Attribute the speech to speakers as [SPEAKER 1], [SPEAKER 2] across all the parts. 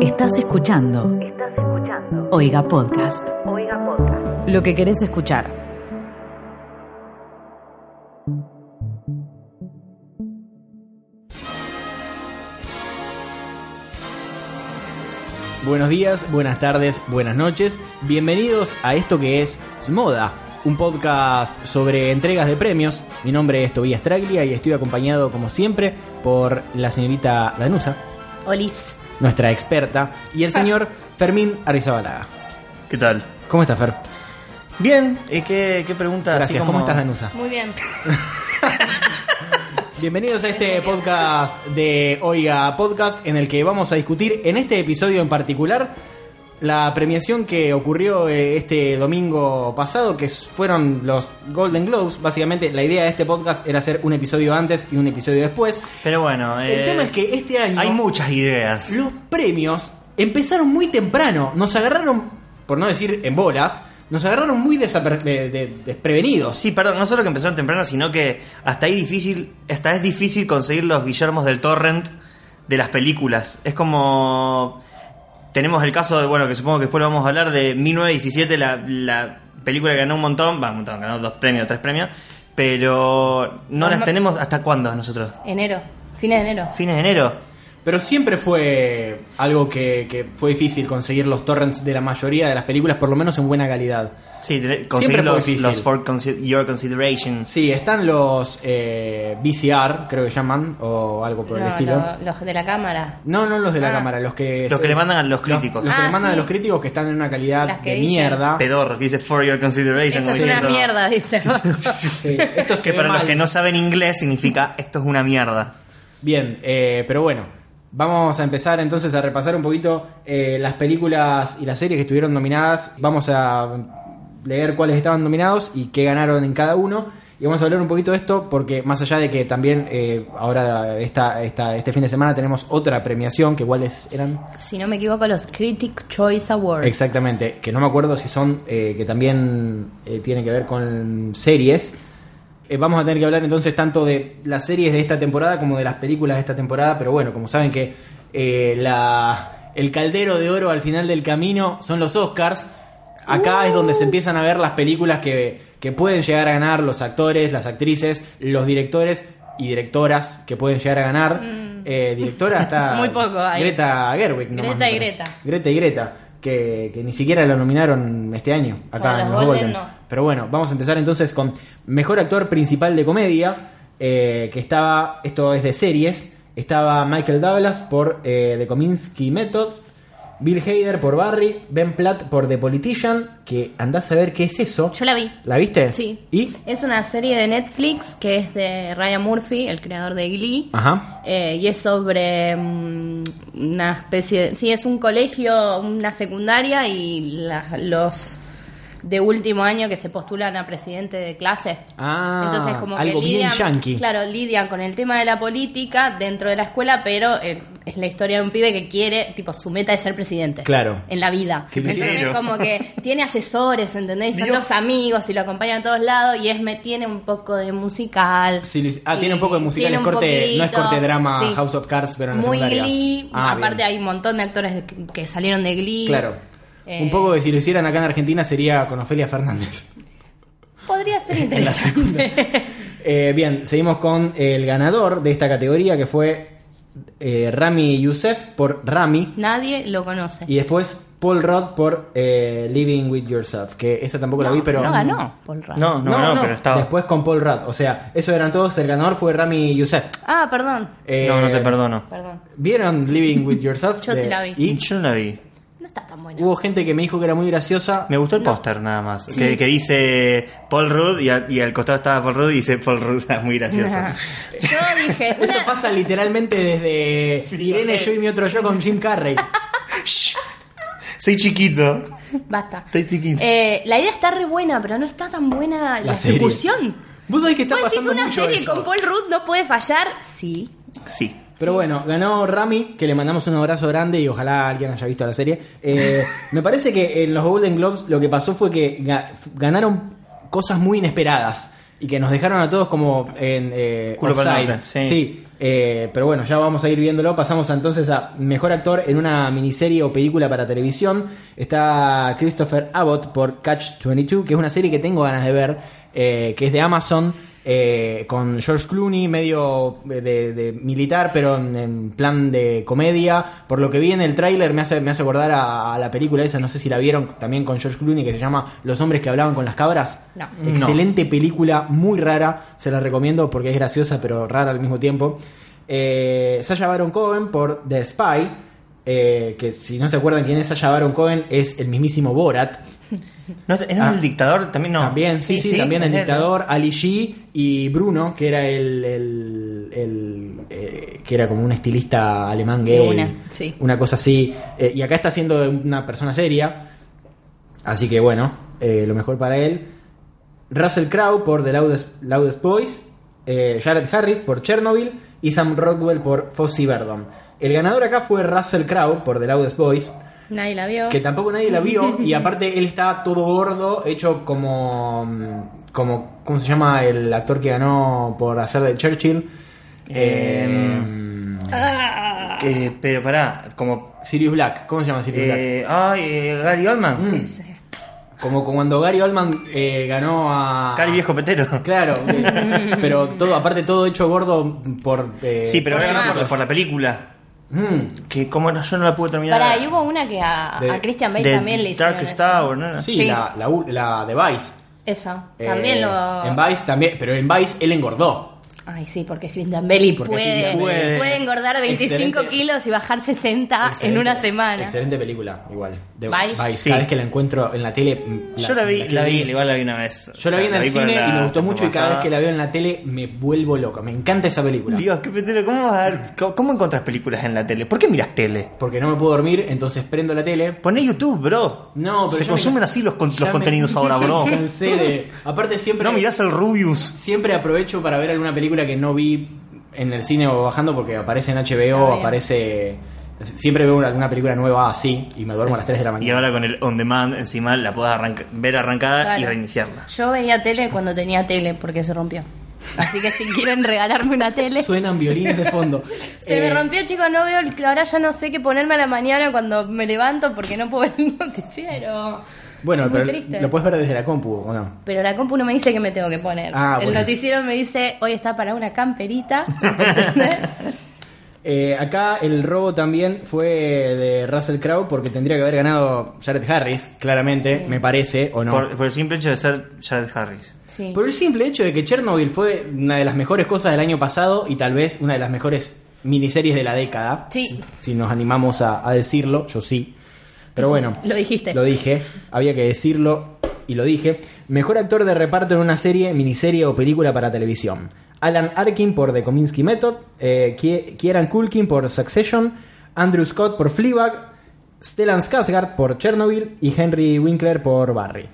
[SPEAKER 1] Estás escuchando. Estás escuchando. Oiga Podcast. Oiga Podcast. Lo que querés escuchar.
[SPEAKER 2] Buenos días, buenas tardes, buenas noches. Bienvenidos a esto que es Smoda, un podcast sobre entregas de premios. Mi nombre es Tobias Traglia y estoy acompañado, como siempre, por la señorita Danusa,
[SPEAKER 3] Olis.
[SPEAKER 2] nuestra experta, y el señor Fermín Arrizabalaga.
[SPEAKER 4] ¿Qué tal?
[SPEAKER 2] ¿Cómo estás, Fer?
[SPEAKER 4] Bien, ¿y qué, qué pregunta? así
[SPEAKER 2] Gracias.
[SPEAKER 4] como-
[SPEAKER 2] ¿Cómo estás, Danusa?
[SPEAKER 3] Muy bien.
[SPEAKER 2] Bienvenidos a este podcast de Oiga Podcast en el que vamos a discutir en este episodio en particular la premiación que ocurrió eh, este domingo pasado que s- fueron los Golden Globes. Básicamente la idea de este podcast era hacer un episodio antes y un episodio después.
[SPEAKER 4] Pero bueno,
[SPEAKER 2] El
[SPEAKER 4] eh,
[SPEAKER 2] tema es que este año
[SPEAKER 4] hay muchas ideas.
[SPEAKER 2] los premios empezaron muy temprano, nos agarraron, por no decir en bolas, nos agarraron muy desaper- de- de- desprevenidos.
[SPEAKER 4] Sí, perdón, no solo que empezaron temprano, sino que hasta ahí difícil, hasta es difícil conseguir los Guillermos del Torrent de las películas. Es como tenemos el caso de, bueno, que supongo que después lo vamos a hablar de 1917, la, la película que ganó un montón, va, un montón, ganó dos premios, tres premios, pero no las tenemos hasta cuándo nosotros.
[SPEAKER 3] Enero. Fines de enero.
[SPEAKER 4] Fines de enero.
[SPEAKER 2] Pero siempre fue algo que, que fue difícil conseguir los torrents de la mayoría de las películas, por lo menos en buena calidad.
[SPEAKER 4] Sí, de-
[SPEAKER 2] Siempre
[SPEAKER 4] conseguir
[SPEAKER 2] fue
[SPEAKER 4] los,
[SPEAKER 2] difícil.
[SPEAKER 4] los for consi- your considerations.
[SPEAKER 2] Sí, están los eh, VCR, creo que llaman, o algo por
[SPEAKER 3] No,
[SPEAKER 2] el estilo.
[SPEAKER 3] lo- los de la cámara.
[SPEAKER 2] No, no los de la
[SPEAKER 3] Ah.
[SPEAKER 2] cámara, los que...
[SPEAKER 4] Los que le mandan a los críticos.
[SPEAKER 2] Los, que
[SPEAKER 3] Ah,
[SPEAKER 2] le mandan a
[SPEAKER 3] sí.
[SPEAKER 2] los críticos que están en una calidad
[SPEAKER 3] Las que
[SPEAKER 2] de
[SPEAKER 3] dicen-
[SPEAKER 2] mierda.
[SPEAKER 4] Pedorro, que dice for your consideration.
[SPEAKER 3] Esto es
[SPEAKER 4] como
[SPEAKER 3] una
[SPEAKER 4] diciendo-
[SPEAKER 3] mierda, dice.
[SPEAKER 2] Sí, esto se
[SPEAKER 4] Que
[SPEAKER 2] ve
[SPEAKER 4] para los
[SPEAKER 2] mal.
[SPEAKER 4] que no saben inglés significa esto es una mierda.
[SPEAKER 2] Bien, eh, pero bueno, vamos a empezar entonces a repasar un poquito eh, las películas y las series que estuvieron nominadas. Vamos a leer cuáles estaban nominados y qué ganaron en cada uno. Y vamos a hablar un poquito de esto porque más allá de que también eh, ahora esta, esta, este fin de semana tenemos otra premiación, que cuáles eran
[SPEAKER 3] si no me equivoco, los Critic Choice Awards.
[SPEAKER 2] exactamente, que no me acuerdo si son, eh, que también eh, tienen que ver con series. Eh, vamos a tener que hablar entonces tanto de las series de esta temporada como de las películas de esta temporada, pero bueno, como saben que eh, la, el caldero de oro al final del camino son los Oscars, acá es
[SPEAKER 3] Uh.
[SPEAKER 2] donde se empiezan a ver las películas que, que pueden llegar a ganar los actores, las actrices, los directores y directoras que pueden llegar a ganar. Eh, directora está
[SPEAKER 3] Mm. Muy poco ahí.
[SPEAKER 2] Greta Gerwig. nomás,
[SPEAKER 3] Greta
[SPEAKER 2] me
[SPEAKER 3] y
[SPEAKER 2] parece.
[SPEAKER 3] Greta.
[SPEAKER 2] Greta y Greta, que, que ni siquiera lo nominaron este año, acá
[SPEAKER 3] Bueno,
[SPEAKER 2] en
[SPEAKER 3] los
[SPEAKER 2] los Golden.
[SPEAKER 3] Golden no.
[SPEAKER 2] Pero bueno, vamos a empezar entonces con Mejor Actor Principal de Comedia, eh, que estaba, esto es de series, estaba Michael Douglas por eh, The Kominsky Method, Bill Hader por Barry, Ben Platt por The Politician, que andás a ver qué es eso.
[SPEAKER 3] Yo la vi.
[SPEAKER 2] ¿La viste?
[SPEAKER 3] Sí.
[SPEAKER 2] ¿Y?
[SPEAKER 3] Es una serie de Netflix que es de Ryan Murphy, el creador de Glee.
[SPEAKER 2] Ajá.
[SPEAKER 3] Eh, y es sobre mm, una especie de... Sí, es un colegio, una secundaria y la- los de último año que se postulan a presidente de clase.
[SPEAKER 2] Ah,
[SPEAKER 3] Entonces como que
[SPEAKER 2] algo bien
[SPEAKER 3] lidian,
[SPEAKER 2] yankee.
[SPEAKER 3] Claro, lidian con el tema de la política dentro de la escuela, pero eh, es la historia de un pibe que quiere, tipo, su meta es ser presidente.
[SPEAKER 2] Claro.
[SPEAKER 3] En la vida.
[SPEAKER 4] Qué
[SPEAKER 3] Entonces
[SPEAKER 4] ligero.
[SPEAKER 3] como que tiene asesores, ¿entendéis? Son
[SPEAKER 4] Dios.
[SPEAKER 3] los amigos y lo acompañan a todos lados y es me tiene un poco de musical.
[SPEAKER 2] Sí, ah,
[SPEAKER 3] Y
[SPEAKER 2] tiene un poco de musical,
[SPEAKER 3] tiene
[SPEAKER 2] es
[SPEAKER 3] un
[SPEAKER 2] corte, no es
[SPEAKER 3] poquito,
[SPEAKER 2] corte drama
[SPEAKER 3] sí.
[SPEAKER 2] House of Cards, pero en la
[SPEAKER 3] Muy
[SPEAKER 2] secundaria.
[SPEAKER 3] Glee,
[SPEAKER 2] Ah,
[SPEAKER 3] aparte
[SPEAKER 2] bien.
[SPEAKER 3] hay un montón de actores que, que salieron de Glee.
[SPEAKER 2] Claro.
[SPEAKER 3] Eh,
[SPEAKER 2] Un poco de si lo hicieran acá en Argentina sería con Ofelia Fernández.
[SPEAKER 3] Podría ser interesante.
[SPEAKER 2] Eh, bien, seguimos con el ganador de esta categoría que fue eh, Rami Youssef por Rami
[SPEAKER 3] Nadie lo conoce.
[SPEAKER 2] y después Paul Rudd por eh, Living With Yourself, que esa tampoco la vi, pero...
[SPEAKER 3] No ganó Paul Rudd.
[SPEAKER 4] No, no, no, pero estaba.
[SPEAKER 2] Después con Paul Rudd, o sea, eso eran todos, el ganador fue Rami Youssef.
[SPEAKER 3] Ah, perdón.
[SPEAKER 2] Eh,
[SPEAKER 4] no, no te perdono.
[SPEAKER 3] Perdón.
[SPEAKER 2] ¿Vieron Living With Yourself?
[SPEAKER 3] Yo sí la vi.
[SPEAKER 2] Y
[SPEAKER 4] Yo no la vi.
[SPEAKER 3] No está tan buena.
[SPEAKER 2] hubo gente que me dijo que era muy graciosa.
[SPEAKER 4] Me gustó el póster nada más. Que, que dice Paul Rudd y, al- y al costado estaba Paul Rudd y dice Paul Rudd. Muy gracioso.
[SPEAKER 3] Yo dije.
[SPEAKER 2] Eso
[SPEAKER 3] una-
[SPEAKER 2] pasa literalmente desde
[SPEAKER 4] Sí,
[SPEAKER 2] Irene,
[SPEAKER 4] yo sé.
[SPEAKER 2] yo y mi otro yo con Jim Carrey.
[SPEAKER 4] Soy chiquito.
[SPEAKER 3] Basta.
[SPEAKER 4] Estoy chiquito.
[SPEAKER 3] Eh, la idea está re buena, pero no está tan buena la,
[SPEAKER 2] La serie.
[SPEAKER 3] ejecución.
[SPEAKER 2] ¿Vos sabés que está
[SPEAKER 3] Vos decís
[SPEAKER 2] pasando
[SPEAKER 3] Pues una
[SPEAKER 2] mucho
[SPEAKER 3] serie
[SPEAKER 2] eso?
[SPEAKER 3] con Paul Rudd no puede fallar. Sí.
[SPEAKER 4] Sí.
[SPEAKER 2] Pero bueno, ganó Rami, que le mandamos un abrazo grande y ojalá alguien haya visto la serie. Eh, me parece que en los Golden Globes lo que pasó fue que ga- ganaron cosas muy inesperadas y que nos dejaron a todos como en eh,
[SPEAKER 4] Culo para el
[SPEAKER 2] offside.
[SPEAKER 4] norte, sí.
[SPEAKER 2] Sí, Eh, pero bueno, ya vamos a ir viéndolo. Pasamos entonces a Mejor Actor en una miniserie o película para televisión. Está Christopher Abbott por Catch 22, que es una serie que tengo ganas de ver, eh, que es de Amazon. eh, con George Clooney, medio de, de militar, pero en, en plan de comedia. Por lo que vi en el tráiler me hace, me hace acordar a, a la película esa, no sé si la vieron también con George Clooney, que se llama Los hombres que hablaban con las cabras.
[SPEAKER 3] No.
[SPEAKER 2] Excelente película, muy rara, se la recomiendo porque es graciosa, pero rara al mismo tiempo. Eh, Sasha Baron Cohen por The Spy, eh, que si no se acuerdan quién es Sasha Baron Cohen, es el mismísimo Borat.
[SPEAKER 4] ¿No, ¿Era
[SPEAKER 2] Ah.
[SPEAKER 4] el dictador? También no. Eh,
[SPEAKER 2] También, sí, sí, también el
[SPEAKER 4] es él.
[SPEAKER 2] dictador, Ali G y Bruno, que era el, el- el, eh, que era como un estilista alemán
[SPEAKER 3] De
[SPEAKER 2] gay,
[SPEAKER 3] una, sí.
[SPEAKER 2] una cosa así. Eh, y acá está siendo una persona seria, así que bueno, eh, lo mejor para él. Russell Crowe por The Loudest, Loudest Boys, eh, Jared Harris por Chernobyl y Sam Rockwell por Fossey Verdon. El ganador acá fue Russell Crowe por The Loudest Boys.
[SPEAKER 3] Nadie la vio.
[SPEAKER 2] Que tampoco nadie la vio. Y aparte, él estaba todo gordo, hecho como. mm, como ¿Cómo se llama el actor que ganó por hacer de Churchill? Eh,
[SPEAKER 3] Ah,
[SPEAKER 4] Que- pero pará, como.
[SPEAKER 2] Sirius Black. ¿Cómo se llama Sirius Black?
[SPEAKER 4] eh, ay, eh, Gary Oldman.
[SPEAKER 2] Mm. Como como cuando Gary Oldman eh, ganó a.
[SPEAKER 4] Gary viejo petero.
[SPEAKER 2] Claro, eh, pero todo, aparte todo hecho gordo por. eh,
[SPEAKER 4] Sí, pero
[SPEAKER 3] Por
[SPEAKER 4] ahora no
[SPEAKER 3] demás.
[SPEAKER 4] por, por la película.
[SPEAKER 2] Mm,
[SPEAKER 4] Que como no- yo no la pude terminar.
[SPEAKER 3] Pará, y hubo una que a, a
[SPEAKER 2] De-
[SPEAKER 3] Christian Bale
[SPEAKER 4] The
[SPEAKER 3] también le hicieron.
[SPEAKER 4] Darkest
[SPEAKER 3] eso.
[SPEAKER 4] Tower, ¿no?
[SPEAKER 2] sí,
[SPEAKER 3] Sí.
[SPEAKER 2] La, la, u- la de Vice.
[SPEAKER 3] Esa,
[SPEAKER 2] Eh,
[SPEAKER 3] también lo...
[SPEAKER 2] En Vice también, pero en Vice él engordó.
[SPEAKER 3] Ay, sí, porque es Christian Bale y
[SPEAKER 2] Porque
[SPEAKER 3] puede,
[SPEAKER 2] Christian
[SPEAKER 4] Bale.
[SPEAKER 3] puede, engordar 25
[SPEAKER 2] Excelente.
[SPEAKER 3] kilos y bajar 60 Ah, en
[SPEAKER 2] Excelente,
[SPEAKER 3] una semana.
[SPEAKER 2] Excelente película, igual. De
[SPEAKER 3] Vice.
[SPEAKER 2] Vice.
[SPEAKER 4] Sí.
[SPEAKER 2] Cada vez que la encuentro en la tele. mm,
[SPEAKER 4] yo la vi, la vi,
[SPEAKER 2] quiero ver.
[SPEAKER 4] igual la vi una vez. O
[SPEAKER 2] Yo la
[SPEAKER 4] sea,
[SPEAKER 2] vi en el
[SPEAKER 4] por
[SPEAKER 2] cine
[SPEAKER 4] la
[SPEAKER 2] y me gustó mucho y cada vez
[SPEAKER 4] pasada.
[SPEAKER 2] que la veo en la tele me vuelvo loca. Me encanta esa película.
[SPEAKER 4] Dios, qué petero, ¿cómo, vas a ver- cómo- ¿cómo encontrás películas en la tele? ¿Por qué miras tele?
[SPEAKER 2] Porque no me puedo dormir, entonces prendo la tele.
[SPEAKER 4] Poné YouTube, bro.
[SPEAKER 2] No, pero
[SPEAKER 4] Se
[SPEAKER 2] ya me-
[SPEAKER 4] consumen así los, con-
[SPEAKER 2] ya
[SPEAKER 4] los
[SPEAKER 2] me-
[SPEAKER 4] contenidos ahora,
[SPEAKER 2] ya
[SPEAKER 4] bro.
[SPEAKER 2] me cansé de- Aparte siempre...
[SPEAKER 4] No mirás el Rubius.
[SPEAKER 2] Siempre aprovecho para ver alguna película que no vi en el cine o bajando porque aparece en HBO,
[SPEAKER 3] Está bien.
[SPEAKER 2] aparece... Siempre veo una- alguna película nueva así y me duermo a las 3 de la
[SPEAKER 4] Y
[SPEAKER 2] mañana.
[SPEAKER 4] ahora con el on demand encima la podés arranca- ver arrancada
[SPEAKER 3] Claro.
[SPEAKER 4] y reiniciarla.
[SPEAKER 3] Yo veía tele cuando tenía tele porque se rompió. Así que si quieren regalarme una tele.
[SPEAKER 2] Suenan violines de fondo.
[SPEAKER 3] Se
[SPEAKER 2] Eh,
[SPEAKER 3] me rompió, chicos, no veo, el- ahora ya no sé qué ponerme a la mañana cuando me levanto porque no puedo ver el noticiero.
[SPEAKER 2] Bueno,
[SPEAKER 3] Es muy
[SPEAKER 2] pero
[SPEAKER 3] triste.
[SPEAKER 2] lo puedes ver desde la compu, ¿o no?
[SPEAKER 3] Pero la compu no me dice que me tengo que poner.
[SPEAKER 2] Ah,
[SPEAKER 3] el
[SPEAKER 2] bueno.
[SPEAKER 3] noticiero me dice, hoy está para una camperita.
[SPEAKER 2] Eh, acá el robo también fue de Russell Crowe porque tendría que haber ganado Jared Harris, claramente, me parece, o no.
[SPEAKER 4] Por,
[SPEAKER 2] Por,
[SPEAKER 4] por el simple hecho de ser Jared Harris.
[SPEAKER 3] sí.
[SPEAKER 2] el simple hecho de que Chernobyl fue una de las mejores cosas del año pasado y tal vez una de las mejores miniseries de la década.
[SPEAKER 3] Sí.
[SPEAKER 2] Si, si nos animamos a, a decirlo, yo sí. Pero bueno.
[SPEAKER 3] Lo dijiste.
[SPEAKER 2] Lo dije, había que decirlo y lo dije. Mejor actor de reparto en una serie, miniserie o película para televisión. Alan Arkin por The Kominsky Method, eh, Kie- Kieran Culkin por Succession, Andrew Scott por Fleabag, Stellan Skarsgård por Chernobyl y Henry Winkler por Barry.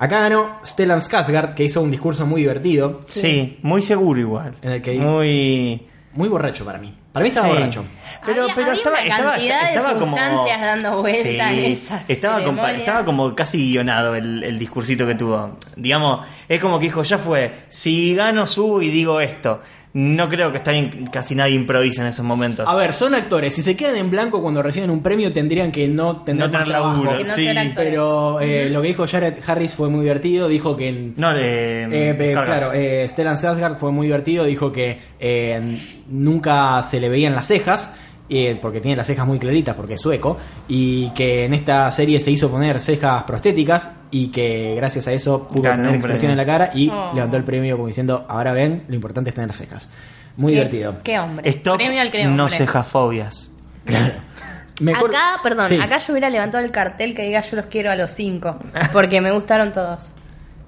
[SPEAKER 2] Acá ganó Stellan Skarsgård, que hizo un discurso muy divertido,
[SPEAKER 4] Sí, muy seguro igual.
[SPEAKER 2] En el que-
[SPEAKER 4] Muy.
[SPEAKER 2] muy borracho para mí. Para mí estaba
[SPEAKER 4] Sí.
[SPEAKER 2] borracho.
[SPEAKER 4] Pero,
[SPEAKER 3] Había-
[SPEAKER 4] pero
[SPEAKER 3] había
[SPEAKER 4] estaba,
[SPEAKER 3] una
[SPEAKER 4] estaba,
[SPEAKER 3] cantidad de
[SPEAKER 4] estaba como.
[SPEAKER 3] sustancias dando vuelta
[SPEAKER 4] Sí,
[SPEAKER 3] en esas
[SPEAKER 4] estaba, compa-
[SPEAKER 3] ceremonias.
[SPEAKER 4] estaba como casi guionado el, el discursito que tuvo. Digamos, es como que dijo: Ya fue, si gano, subo y digo esto. No creo que está bien, casi nadie improvisa en esos momentos.
[SPEAKER 2] A ver, son actores. Si se quedan en blanco cuando reciben un premio, tendrían que no tener,
[SPEAKER 4] No
[SPEAKER 2] más
[SPEAKER 4] tener laburo,
[SPEAKER 2] trabajo.
[SPEAKER 3] Que no
[SPEAKER 4] sí.
[SPEAKER 3] ser actores.
[SPEAKER 2] Pero eh, lo que dijo Jared Harris fue muy divertido. Dijo que en-
[SPEAKER 4] No, eh,
[SPEAKER 2] Eh, eh,
[SPEAKER 4] descarga.
[SPEAKER 2] claro, eh, Stellan Skarsgård fue muy divertido. Dijo que eh, nunca se le veían las cejas. eh, porque tiene las cejas muy claritas, porque es sueco, y que en esta serie se hizo poner cejas prostéticas y que gracias a eso pudo
[SPEAKER 4] Ganó
[SPEAKER 2] tener
[SPEAKER 4] un
[SPEAKER 2] expresión
[SPEAKER 4] premio.
[SPEAKER 2] en la cara y
[SPEAKER 3] Oh.
[SPEAKER 2] levantó el premio como diciendo, ahora ven, lo importante es tener cejas. Muy
[SPEAKER 3] Qué-
[SPEAKER 2] divertido.
[SPEAKER 3] Qué hombre.
[SPEAKER 4] Stop
[SPEAKER 3] Premio al que
[SPEAKER 4] no
[SPEAKER 3] hombre.
[SPEAKER 4] cejafobias.
[SPEAKER 2] Mejor-
[SPEAKER 3] Acá, perdón,
[SPEAKER 2] Sí.
[SPEAKER 3] acá yo hubiera levantado el cartel que diga yo los quiero a los cinco, porque me gustaron todos.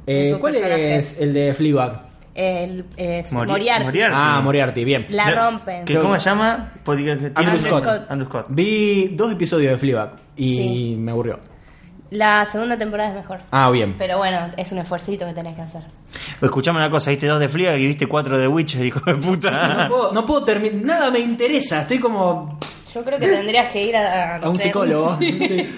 [SPEAKER 2] Eh,
[SPEAKER 3] Sus
[SPEAKER 2] ¿Cuál
[SPEAKER 3] personajes.
[SPEAKER 2] es el de Fleabag?
[SPEAKER 3] El, es
[SPEAKER 4] Mori-
[SPEAKER 3] Moriarty.
[SPEAKER 4] Moriarty.
[SPEAKER 2] Ah, Moriarty, bien.
[SPEAKER 3] La
[SPEAKER 4] No,
[SPEAKER 3] rompen.
[SPEAKER 4] ¿que ¿Cómo se llama? Pues diga- tiene-
[SPEAKER 2] Andrew Scott.
[SPEAKER 4] Andrew Scott.
[SPEAKER 2] Vi dos episodios de Fleabag y
[SPEAKER 3] Sí.
[SPEAKER 2] me aburrió.
[SPEAKER 3] La segunda temporada es mejor.
[SPEAKER 2] Ah, bien.
[SPEAKER 3] Pero bueno, es un esfuercito que tenés que hacer.
[SPEAKER 4] Escuchame una cosa, viste dos de Fleabag y viste cuatro de Witcher, hijo de
[SPEAKER 2] No
[SPEAKER 4] puta.
[SPEAKER 2] puedo, no puedo terminar, nada me interesa, estoy como
[SPEAKER 3] Yo creo que tendrías que ir a,
[SPEAKER 2] a un psicólogo. Sí.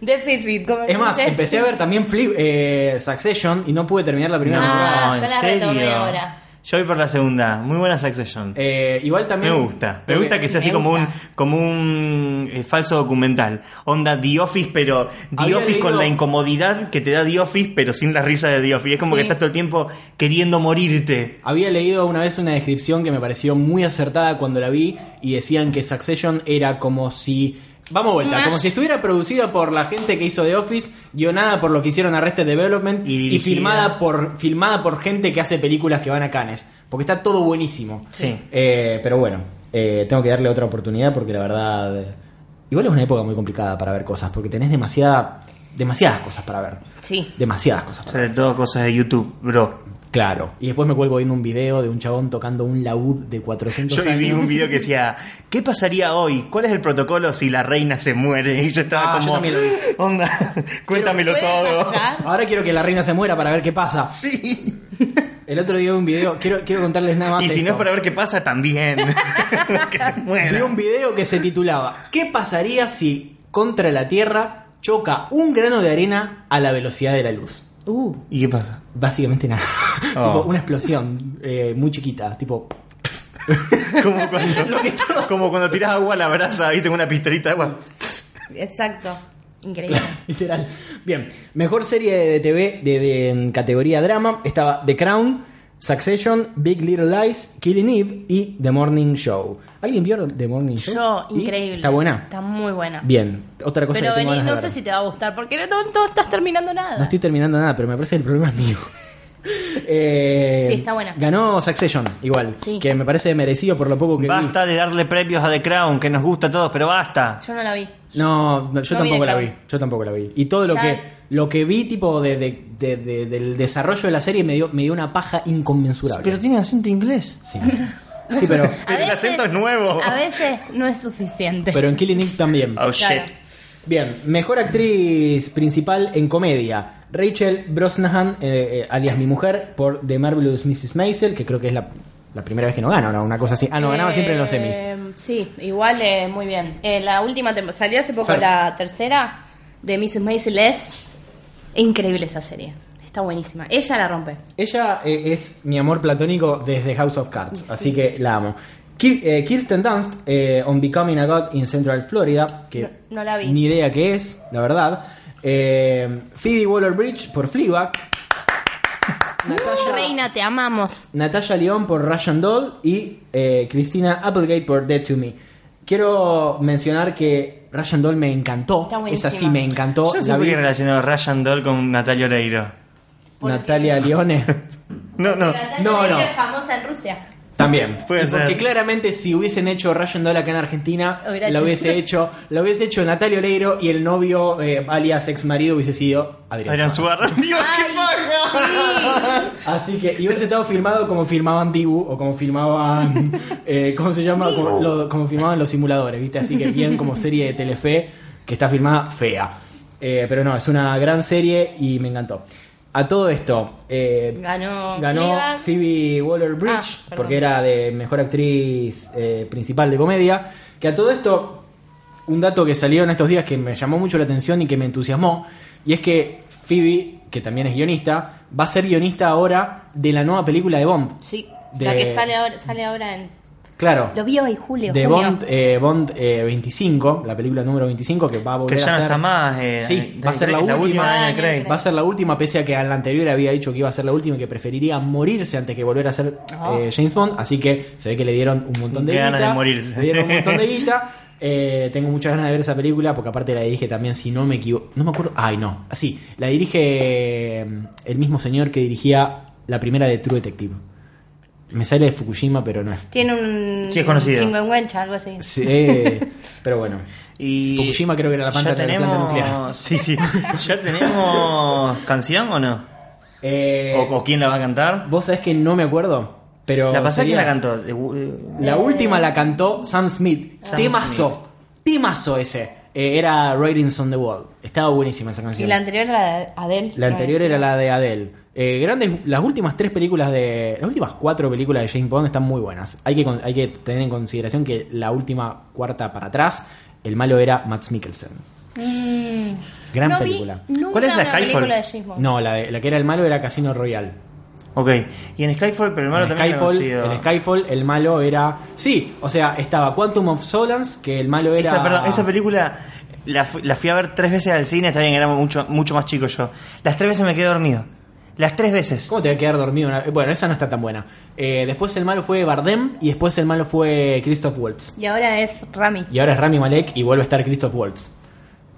[SPEAKER 3] Deficit. como
[SPEAKER 2] Es más,
[SPEAKER 3] dices.
[SPEAKER 2] empecé a ver también Fle- eh, Succession y no pude terminar la primera
[SPEAKER 3] Ah,
[SPEAKER 2] temporada.
[SPEAKER 3] yo la retomé ahora.
[SPEAKER 4] Yo voy por la segunda. Muy buena Succession.
[SPEAKER 2] Eh, igual también.
[SPEAKER 4] me gusta. Me
[SPEAKER 2] Porque-
[SPEAKER 4] gusta que sea así
[SPEAKER 3] Me
[SPEAKER 4] como un,
[SPEAKER 3] gusta.
[SPEAKER 4] como un eh, falso documental. Onda The Office, pero The
[SPEAKER 2] Había
[SPEAKER 4] Office con
[SPEAKER 2] leído-
[SPEAKER 4] la incomodidad que te da The Office, pero sin la risa de The Office. Es como
[SPEAKER 3] Sí.
[SPEAKER 4] que estás todo el tiempo queriendo morirte.
[SPEAKER 2] Había leído una vez una descripción que me pareció muy acertada cuando la vi y decían que Succession era como si... Vamos vuelta, como si estuviera producida por la gente que hizo The Office, guionada por lo que hicieron Arrested Development
[SPEAKER 4] Y
[SPEAKER 2] y,
[SPEAKER 4] dirigida.
[SPEAKER 2] filmada por filmada por gente que hace películas que van a Cannes, porque está todo buenísimo.
[SPEAKER 4] Sí.
[SPEAKER 2] Eh, pero bueno, eh, tengo que darle otra oportunidad porque la verdad eh, igual es una época muy complicada para ver cosas, porque tenés demasiada demasiadas cosas para ver,
[SPEAKER 3] Sí.
[SPEAKER 2] demasiadas cosas. Para ver.
[SPEAKER 4] Sobre todo cosas de YouTube, bro.
[SPEAKER 2] Claro. Y después me cuelgo viendo un video de un chabón tocando un laúd de 400
[SPEAKER 4] Yo
[SPEAKER 2] años.
[SPEAKER 4] vi un video que decía, ¿qué pasaría hoy? ¿Cuál es el protocolo si la reina se muere? Y yo estaba
[SPEAKER 2] Ah, yo
[SPEAKER 4] como,
[SPEAKER 2] también lo vi.
[SPEAKER 4] onda, cuéntamelo
[SPEAKER 3] ¿Puede
[SPEAKER 4] todo.
[SPEAKER 3] pasar?
[SPEAKER 2] Ahora quiero que la reina se muera para ver qué pasa.
[SPEAKER 4] Sí.
[SPEAKER 2] El otro día vi un video, quiero, quiero contarles nada más.
[SPEAKER 4] Y si no es
[SPEAKER 2] esto.
[SPEAKER 4] para ver qué pasa, también. que se
[SPEAKER 2] Vi
[SPEAKER 4] muera.
[SPEAKER 2] un video que se titulaba ¿Qué pasaría si contra la Tierra choca un grano de arena a la velocidad de la luz?
[SPEAKER 3] Uh,
[SPEAKER 4] ¿Y qué pasa?
[SPEAKER 2] Básicamente nada.
[SPEAKER 4] Oh.
[SPEAKER 2] Tipo, una explosión eh, muy chiquita. Tipo,
[SPEAKER 4] Como cuando, como cuando tirás agua a la brasa, viste, con una pistolita de agua.
[SPEAKER 3] exacto. Increíble.
[SPEAKER 2] Literal. Bien, mejor serie de TV de, de- en categoría drama estaba The Crown, Succession, Big Little Lies, Killing Eve y The Morning Show. ¿Alguien vio The Morning Show?
[SPEAKER 3] Yo,
[SPEAKER 2] ¿Sí?
[SPEAKER 3] increíble.
[SPEAKER 2] ¿Está buena?
[SPEAKER 3] Está muy buena.
[SPEAKER 2] Bien, otra cosa
[SPEAKER 3] Pero
[SPEAKER 2] que tengo
[SPEAKER 3] vení,
[SPEAKER 2] ganas de
[SPEAKER 3] no sé
[SPEAKER 2] ver.
[SPEAKER 3] si te va a gustar, porque no, no estás terminando nada.
[SPEAKER 2] No estoy terminando nada, pero me parece que el problema es mío. Eh,
[SPEAKER 3] Sí, está buena.
[SPEAKER 2] Ganó Succession, igual.
[SPEAKER 3] Sí.
[SPEAKER 2] Que me parece merecido por lo poco que vi.
[SPEAKER 4] Basta de darle premios a The Crown, que nos gusta a todos, pero basta.
[SPEAKER 3] Yo no la vi.
[SPEAKER 2] No, no, yo
[SPEAKER 3] No vi
[SPEAKER 2] tampoco
[SPEAKER 3] The
[SPEAKER 2] la
[SPEAKER 3] Crown.
[SPEAKER 2] vi. Yo tampoco la vi. Y todo lo
[SPEAKER 3] Ya.
[SPEAKER 2] que lo que vi tipo de, de- de- de- del desarrollo de la serie me dio, me dio una paja inconmensurable.
[SPEAKER 4] tiene acento inglés.
[SPEAKER 2] sí. Sí, pero,
[SPEAKER 3] A
[SPEAKER 4] El acento es nuevo.
[SPEAKER 3] A veces no es suficiente.
[SPEAKER 2] pero en Killing Eve también.
[SPEAKER 4] Oh
[SPEAKER 3] Claro.
[SPEAKER 4] shit.
[SPEAKER 2] Bien, mejor actriz principal en comedia. Rachel Brosnahan, eh, eh, alias mi mujer, por The Marvelous Mrs. Maisel, que creo que es la, la primera vez que no gana, ¿no? Una cosa así. Ah, no, ganaba siempre en los semis.
[SPEAKER 3] Eh, Sí, igual eh, muy bien. Eh, la última temporada, salió hace poco
[SPEAKER 2] Fer.
[SPEAKER 3] la tercera de Mrs. Maisel es increíble esa serie. Está buenísima. Ella la rompe.
[SPEAKER 2] Ella eh, es mi amor platónico desde House of Cards, así que la amo. Ki- eh, Kirsten Dunst, eh, On Becoming a God in Central Florida, que
[SPEAKER 3] No- no la vi.
[SPEAKER 2] ni idea qué es, la verdad. Eh, Phoebe Waller-Bridge por Fleabag. Natasha,
[SPEAKER 3] Reina, te amamos.
[SPEAKER 2] Natalia León por Russian Doll y eh, Christina Applegate por Dead to Me. Quiero mencionar que Russian Doll me encantó.
[SPEAKER 3] Está
[SPEAKER 2] Esa
[SPEAKER 3] buenísima.
[SPEAKER 2] sí me encantó.
[SPEAKER 4] Yo
[SPEAKER 2] La
[SPEAKER 4] siempre
[SPEAKER 2] vi.
[SPEAKER 4] he relacionado Ryan Doll con Natalia Oreiro.
[SPEAKER 3] ¿Por qué?
[SPEAKER 2] Natalia Leone.
[SPEAKER 4] No, no.
[SPEAKER 2] No,
[SPEAKER 3] Natalia
[SPEAKER 2] no.
[SPEAKER 3] es famosa en Rusia.
[SPEAKER 2] También.
[SPEAKER 4] Puede
[SPEAKER 2] Y Porque
[SPEAKER 4] ser.
[SPEAKER 2] claramente si hubiesen hecho Ryan Doll acá en Argentina,
[SPEAKER 3] Hubiera
[SPEAKER 2] la
[SPEAKER 3] hecho.
[SPEAKER 2] hubiese hecho, la hubiese hecho Natalia Oreiro y el novio eh, alias ex marido hubiese sido Adrián.
[SPEAKER 4] Adrián Suárez. Dios,
[SPEAKER 3] Ay,
[SPEAKER 4] qué paja.
[SPEAKER 2] Así que y hubiese estado filmado como filmaban Dibu o como filmaban eh, ¿cómo se llama? Como, lo- como filmaban los simuladores, ¿viste? Así que bien como serie de Telefe que está filmada fea. Eh, pero no, es una gran serie y me encantó. A todo esto, eh,
[SPEAKER 3] Ganó.
[SPEAKER 2] Ganó
[SPEAKER 3] Fleabag.
[SPEAKER 2] Phoebe Waller
[SPEAKER 3] Ah,
[SPEAKER 2] Bridge,
[SPEAKER 3] perdón.
[SPEAKER 2] porque era de mejor actriz eh, principal de comedia. Que a todo esto, un dato que salió en estos días que me llamó mucho la atención y que me entusiasmó, y es que Phoebe, que también es guionista, va a ser guionista ahora de la nueva película de Bond.
[SPEAKER 3] Sí, ya
[SPEAKER 2] De-
[SPEAKER 3] que sale ahora, sale ahora en.
[SPEAKER 2] Claro.
[SPEAKER 3] Lo vi hoy, Julio.
[SPEAKER 2] De
[SPEAKER 3] junio.
[SPEAKER 2] Bond, eh, Bond eh, 25, la película número 25, que va a
[SPEAKER 4] Que
[SPEAKER 2] volver a
[SPEAKER 4] ya no
[SPEAKER 2] ser-
[SPEAKER 4] está más. eh,
[SPEAKER 2] Sí,
[SPEAKER 4] Daniel
[SPEAKER 2] va a ser la
[SPEAKER 4] Craig,
[SPEAKER 2] última.
[SPEAKER 4] de Daniel
[SPEAKER 3] Daniel
[SPEAKER 4] Craig.
[SPEAKER 3] Craig.
[SPEAKER 2] Va a ser la última, pese a que al anterior había dicho que iba a ser la última y que preferiría morirse antes que volver a ser
[SPEAKER 3] Ah.
[SPEAKER 2] eh, James Bond. Así que se ve que le dieron un montón de
[SPEAKER 4] Qué ganas
[SPEAKER 2] guita,
[SPEAKER 4] de morirse.
[SPEAKER 2] Le dieron un montón de guita. Eh, tengo muchas ganas de ver esa película porque aparte la dirige también, si no me equivoco, no me acuerdo, ay no, así, la dirige eh, el mismo señor que dirigía la primera de True Detective. Me sale Fukushima, pero no es.
[SPEAKER 3] Tiene un.
[SPEAKER 4] Sí, es conocido.
[SPEAKER 3] Chingüengüencha, algo así.
[SPEAKER 2] Sí, eh, pero bueno.
[SPEAKER 4] Y
[SPEAKER 2] Fukushima creo que era la planta-
[SPEAKER 4] ya
[SPEAKER 2] la planta
[SPEAKER 4] tenemos-
[SPEAKER 2] nuclear.
[SPEAKER 4] Sí, sí. ¿Ya tenemos canción o no?
[SPEAKER 2] Eh,
[SPEAKER 4] ¿O, o quién la va a cantar?
[SPEAKER 2] Vos sabés que no me acuerdo, pero...
[SPEAKER 4] ¿La pasada
[SPEAKER 2] sería-
[SPEAKER 4] quién la cantó? Eh, u- eh,
[SPEAKER 2] La última la cantó Sam Smith.
[SPEAKER 4] Sam
[SPEAKER 2] temazo. Temazo ese. Eh, era Writings on the Wall. Estaba buenísima esa
[SPEAKER 3] Y
[SPEAKER 2] canción.
[SPEAKER 3] la anterior era de Adele.
[SPEAKER 2] La anterior
[SPEAKER 3] No,
[SPEAKER 2] era la de Adele. Eh, grandes, las últimas tres películas de. Las últimas cuatro películas de James Bond están muy buenas. Hay que, con- hay que tener en consideración que la última cuarta para atrás, el malo era Max Mikkelsen. Gran
[SPEAKER 3] no vi
[SPEAKER 2] película.
[SPEAKER 3] nunca
[SPEAKER 4] ¿Cuál es la
[SPEAKER 3] una
[SPEAKER 4] Skyfall?
[SPEAKER 3] película de James Bond.
[SPEAKER 2] No, la, de- la que era el malo era Casino Royale.
[SPEAKER 4] Ok. Y en Skyfall, pero el malo
[SPEAKER 2] en
[SPEAKER 4] también era
[SPEAKER 2] Skyfall,
[SPEAKER 4] conocido.
[SPEAKER 2] en Skyfall el malo era. Sí, o sea, estaba Quantum of Solace, que el malo era.
[SPEAKER 4] Esa, perdón, esa película la, fu- la fui a ver tres veces al cine, está bien, era mucho, mucho más chico yo. Las tres veces me quedé dormido. Las tres veces.
[SPEAKER 2] ¿Cómo te va a quedar dormido? una- Bueno, esa no está tan buena. Eh, después el malo fue Bardem y después el malo fue Christoph Waltz.
[SPEAKER 3] Y ahora es Rami.
[SPEAKER 2] Y ahora es Rami Malek y vuelve a estar Christoph Waltz.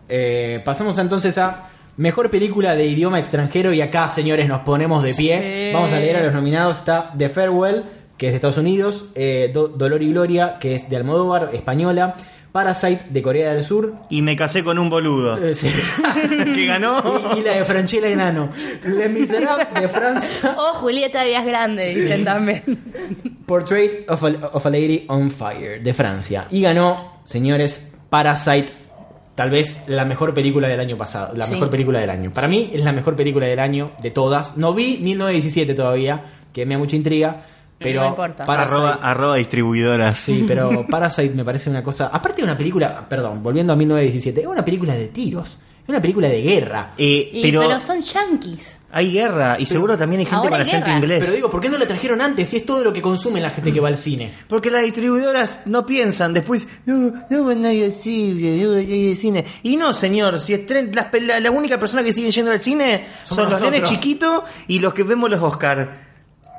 [SPEAKER 2] Eh, pasamos entonces a Mejor Película de Idioma Extranjero y acá, señores, nos ponemos de pie.
[SPEAKER 3] Sí.
[SPEAKER 2] Vamos a leer a los nominados. Está The Farewell, que es de Estados Unidos, eh, Do- Dolor y Gloria, que es de Almodóvar, española, Parasite, de Corea del Sur.
[SPEAKER 4] Y me casé con un boludo.
[SPEAKER 2] eh, sí.
[SPEAKER 4] que ganó.
[SPEAKER 2] y, y la de Franchella Enano. Les Miserables de Francia.
[SPEAKER 3] Oh, Julieta Díaz Grande, dicen también.
[SPEAKER 2] Portrait of a, of a Lady on Fire de Francia. Y ganó, señores, Parasite, tal vez la mejor película del año pasado. La
[SPEAKER 3] Sí.
[SPEAKER 2] mejor película del año. Para mí es la mejor película del año de todas. No vi 1917 todavía, que me da mucha intriga. Pero
[SPEAKER 3] No importa.
[SPEAKER 2] Parasite-
[SPEAKER 4] Arroba, arroba distribuidoras.
[SPEAKER 2] Sí, pero Parasite me parece una cosa. Aparte, de una película. Perdón, volviendo a 1917. Es una película de tiros. Es una película de guerra.
[SPEAKER 4] Eh,
[SPEAKER 3] Y-
[SPEAKER 4] pero,
[SPEAKER 3] pero... son yankees.
[SPEAKER 4] hay guerra y seguro también hay gente
[SPEAKER 3] Ahora
[SPEAKER 4] con
[SPEAKER 3] hay
[SPEAKER 4] acento
[SPEAKER 3] guerra.
[SPEAKER 4] inglés.
[SPEAKER 2] Pero digo, ¿por qué no la trajeron antes? Si es todo lo que consume la gente que va al cine.
[SPEAKER 4] Porque las distribuidoras no piensan después, no, no van a ir al cine, no van a ir al cine. Y no, señor, si estren- las pel- la, la única persona que siguen yendo al cine
[SPEAKER 2] Somos
[SPEAKER 4] son los
[SPEAKER 2] nosotros.
[SPEAKER 4] nenes chiquitos y los que vemos los Oscar.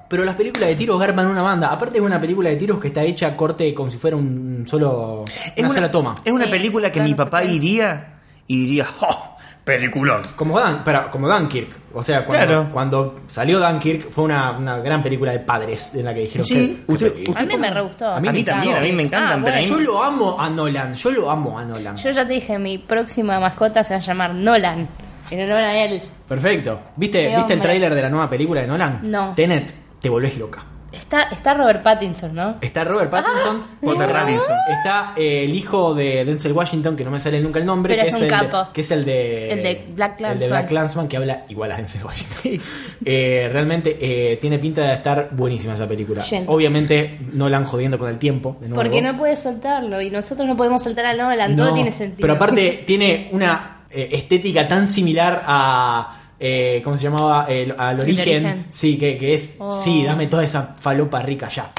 [SPEAKER 2] Pero las películas de tiros garman una banda. Aparte es una película de tiros que está hecha corte como si fuera un solo una, sola toma.
[SPEAKER 4] Es una
[SPEAKER 3] Sí,
[SPEAKER 4] película que
[SPEAKER 3] claro,
[SPEAKER 4] mi papá
[SPEAKER 3] perfecto.
[SPEAKER 4] iría y diría, ¡oh! Peliculón.
[SPEAKER 2] Como, Dan, para, como Dunkirk. O sea, cuando,
[SPEAKER 4] Claro.
[SPEAKER 2] cuando salió Dunkirk fue una, una gran película de padres en la que dijeron
[SPEAKER 4] Sí,
[SPEAKER 2] que...
[SPEAKER 4] usted-
[SPEAKER 2] que-
[SPEAKER 4] usted-
[SPEAKER 3] A mí me re gustó. Ah,
[SPEAKER 2] A mí me
[SPEAKER 4] también, a mí me encantan, pero a mí-
[SPEAKER 2] Yo lo amo a Nolan, yo lo amo a Nolan.
[SPEAKER 3] Yo ya te dije, mi próxima mascota se va a llamar Nolan. En honor a él.
[SPEAKER 2] Perfecto. ¿Viste,
[SPEAKER 3] Qué
[SPEAKER 2] ¿viste el
[SPEAKER 3] hombre.
[SPEAKER 2] tráiler de la nueva película de Nolan?
[SPEAKER 3] No.
[SPEAKER 2] Tenet, te volvés loca.
[SPEAKER 3] Está, está Robert Pattinson, ¿no?
[SPEAKER 2] Está Robert
[SPEAKER 3] Ah,
[SPEAKER 2] Pattinson.
[SPEAKER 4] Walter
[SPEAKER 2] está-
[SPEAKER 4] Pattinson.
[SPEAKER 2] Está eh, el hijo de Denzel Washington, que no me sale nunca el nombre.
[SPEAKER 3] Pero
[SPEAKER 2] que
[SPEAKER 3] es un
[SPEAKER 2] el
[SPEAKER 3] capo.
[SPEAKER 2] De, que es el de.
[SPEAKER 3] El de Black Klansman.
[SPEAKER 2] El de Black Klansman, que habla igual a Denzel Washington. Eh, realmente eh, tiene pinta de estar buenísima esa película.
[SPEAKER 3] Yendo.
[SPEAKER 2] Obviamente no la han jodiendo con el tiempo. de nuevo.
[SPEAKER 3] Porque no puede soltarlo y nosotros no podemos soltar a Nolan.
[SPEAKER 2] No,
[SPEAKER 3] Todo tiene sentido.
[SPEAKER 2] Pero aparte tiene una eh, estética tan similar a. eh, ¿Cómo se llamaba? El- al origen.
[SPEAKER 3] origen.
[SPEAKER 2] Sí, que, que es.
[SPEAKER 3] Oh.
[SPEAKER 2] Sí, dame toda esa falopa rica ya.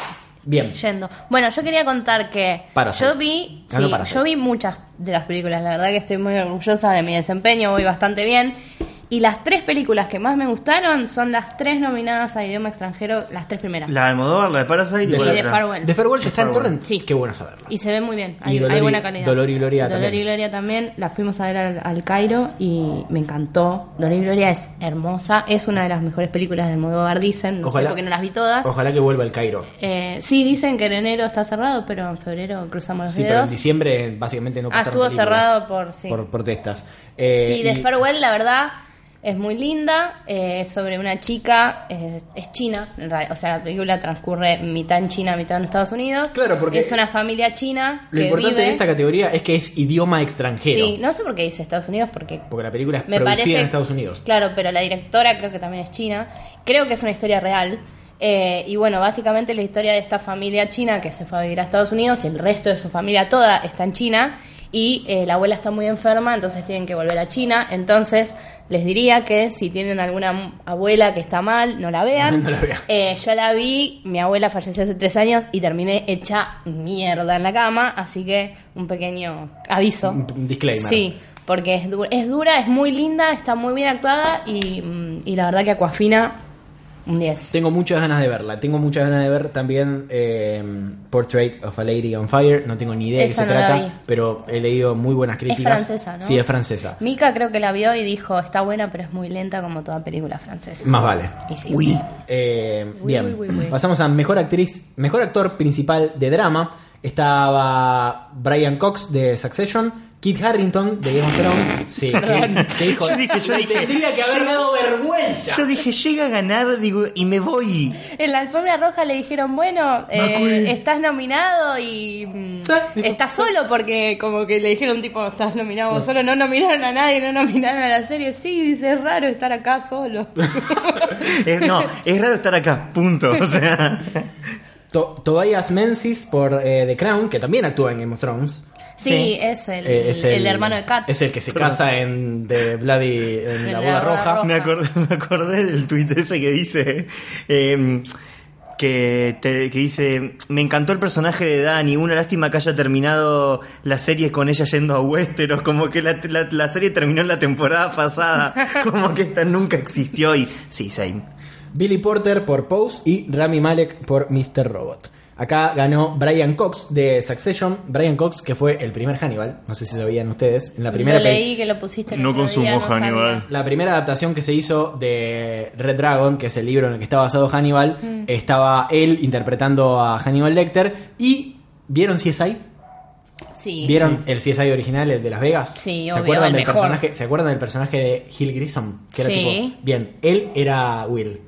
[SPEAKER 2] Bien.
[SPEAKER 3] Yendo. Bueno, yo quería contar que
[SPEAKER 2] Parasite.
[SPEAKER 3] yo vi,
[SPEAKER 2] Ganó
[SPEAKER 3] sí,
[SPEAKER 2] Parasite.
[SPEAKER 3] yo vi muchas de las películas, la verdad que estoy muy orgullosa de mi desempeño, voy bastante bien. Y las tres películas que más me gustaron son las tres nominadas a idioma extranjero, las tres primeras.
[SPEAKER 4] La de Almodóvar, la de Parasite
[SPEAKER 3] Y
[SPEAKER 4] cuál
[SPEAKER 3] de
[SPEAKER 4] otra?
[SPEAKER 3] Farewell.
[SPEAKER 2] ¿De Farewell ya está en
[SPEAKER 4] Farewell.
[SPEAKER 2] Torrent?
[SPEAKER 3] Sí.
[SPEAKER 2] Qué bueno saberlo.
[SPEAKER 3] Y se ve muy bien,
[SPEAKER 2] Y
[SPEAKER 3] hay,
[SPEAKER 2] Dolor
[SPEAKER 3] hay
[SPEAKER 2] y-
[SPEAKER 3] buena calidad.
[SPEAKER 2] Dolor y Gloria
[SPEAKER 3] Dolor
[SPEAKER 2] también.
[SPEAKER 3] y Gloria también, la fuimos a ver al, al Cairo y me encantó. Dolor y Gloria es hermosa, es una de las mejores películas del Modo dicen, no sé por qué no las vi todas.
[SPEAKER 2] Ojalá que vuelva el Cairo.
[SPEAKER 3] Eh, sí, dicen que en enero está cerrado, pero en febrero cruzamos los
[SPEAKER 2] Sí, pero en
[SPEAKER 3] dedos.
[SPEAKER 2] diciembre básicamente no
[SPEAKER 3] Ah,
[SPEAKER 2] pasaron
[SPEAKER 3] estuvo
[SPEAKER 2] películas
[SPEAKER 3] cerrado por, sí.
[SPEAKER 2] por protestas. Eh,
[SPEAKER 3] y de Farewell, la verdad, es muy linda, eh, sobre una chica, eh, es china, en realidad, o sea, la película transcurre mitad en China, mitad en Estados Unidos.
[SPEAKER 2] Claro, porque-
[SPEAKER 3] Es una familia china
[SPEAKER 2] Lo
[SPEAKER 3] que
[SPEAKER 2] importante
[SPEAKER 3] vive...
[SPEAKER 2] de esta categoría es que es idioma extranjero.
[SPEAKER 3] Sí, no sé por qué dice Estados Unidos, porque...
[SPEAKER 2] Porque la película es
[SPEAKER 3] Me
[SPEAKER 2] producida
[SPEAKER 3] parece-
[SPEAKER 2] en Estados Unidos.
[SPEAKER 3] Claro, pero la directora creo que también es china. Creo que es una historia real. Eh, y bueno, básicamente es la historia de esta familia china que se fue a vivir a Estados Unidos, el resto de su familia toda está en China y eh, la abuela está muy enferma, entonces tienen que volver a China. Entonces les diría que si tienen alguna m- abuela que está mal, no la vean.
[SPEAKER 2] No la vean.
[SPEAKER 3] Eh, yo la vi, mi abuela falleció hace tres años y terminé hecha mierda en la cama, así que un pequeño aviso.
[SPEAKER 2] Un disclaimer.
[SPEAKER 3] Sí, porque es, du- es dura, es muy linda, está muy bien actuada y, mm, y la verdad que Aquafina, un 10.
[SPEAKER 2] Tengo muchas ganas de verla. Tengo muchas ganas de ver también eh, Portrait of a Lady on Fire. No tengo ni idea de qué
[SPEAKER 3] Esa
[SPEAKER 2] se
[SPEAKER 3] no la vi.
[SPEAKER 2] trata, pero he leído muy buenas críticas.
[SPEAKER 3] francesa, ¿no?
[SPEAKER 2] Sí, es francesa.
[SPEAKER 3] Mika creo que la vio y dijo, está buena, pero es muy lenta como toda película francesa.
[SPEAKER 2] Más vale.
[SPEAKER 3] Y sí.
[SPEAKER 2] Eh,
[SPEAKER 3] Uy,
[SPEAKER 2] bien,
[SPEAKER 3] uy, uy, uy.
[SPEAKER 2] pasamos a mejor actriz, mejor actor principal de drama. Estaba Brian Cox de Succession, Kit Harrington de Game of Thrones. Sí, que, que hijo-
[SPEAKER 4] Yo dije, yo
[SPEAKER 2] le
[SPEAKER 4] dije,
[SPEAKER 2] tendría que haber dado vergüenza.
[SPEAKER 4] Yo dije, llega a ganar digo, y me voy.
[SPEAKER 3] En la alfombra roja le dijeron, bueno, eh,
[SPEAKER 4] Macri.
[SPEAKER 3] estás nominado y mm,
[SPEAKER 2] Sí, dijo,
[SPEAKER 3] estás solo porque como que le dijeron tipo, estás nominado vos solo, no nominaron a nadie, no nominaron a la serie. Sí, dice, es raro estar acá solo.
[SPEAKER 4] Es- no, es raro estar acá, punto. O sea,
[SPEAKER 2] To- Tobias Menzies por eh, The Crown, que también actúa en Game of Thrones.
[SPEAKER 3] Sí,
[SPEAKER 1] Sí.
[SPEAKER 3] es, el,
[SPEAKER 2] Eh, es
[SPEAKER 3] el hermano de Kat.
[SPEAKER 2] Es el que se casa en, The Bloody, en la boda roja.
[SPEAKER 3] roja.
[SPEAKER 4] Me acordé, me acordé del tuit ese que dice. eh, que, te- que dice. Me encantó el personaje de Dani. Una lástima que haya terminado la serie con ella yendo a Westeros. Como que la, la- la serie terminó en la temporada pasada. Como que esta nunca existió. Y sí, same.
[SPEAKER 2] Billy Porter por Pose y Rami Malek por Mr. Robot. Acá ganó Brian Cox de Succession. Brian Cox, que fue el primer Hannibal. No sé si sabían ustedes. En la primera
[SPEAKER 3] Lo
[SPEAKER 2] peli-
[SPEAKER 3] leí que lo pusiste. el
[SPEAKER 4] No
[SPEAKER 3] otro día,
[SPEAKER 4] consumo
[SPEAKER 3] no sabía.
[SPEAKER 4] Hannibal.
[SPEAKER 2] La primera adaptación que se hizo de Red Dragon, que es el libro en el que está basado Hannibal, estaba él interpretando a Hannibal Lecter. Y vieron CSI.
[SPEAKER 3] Sí.
[SPEAKER 2] ¿Vieron el CSI original, el de Las Vegas?
[SPEAKER 3] Sí,
[SPEAKER 2] ¿Se
[SPEAKER 3] obvio,
[SPEAKER 2] acuerdan,
[SPEAKER 3] el
[SPEAKER 2] del
[SPEAKER 3] mejor.
[SPEAKER 2] personaje, ¿Se acuerdan del personaje de Gil Grissom? Que era
[SPEAKER 3] Sí.
[SPEAKER 2] tipo. Bien, él era Will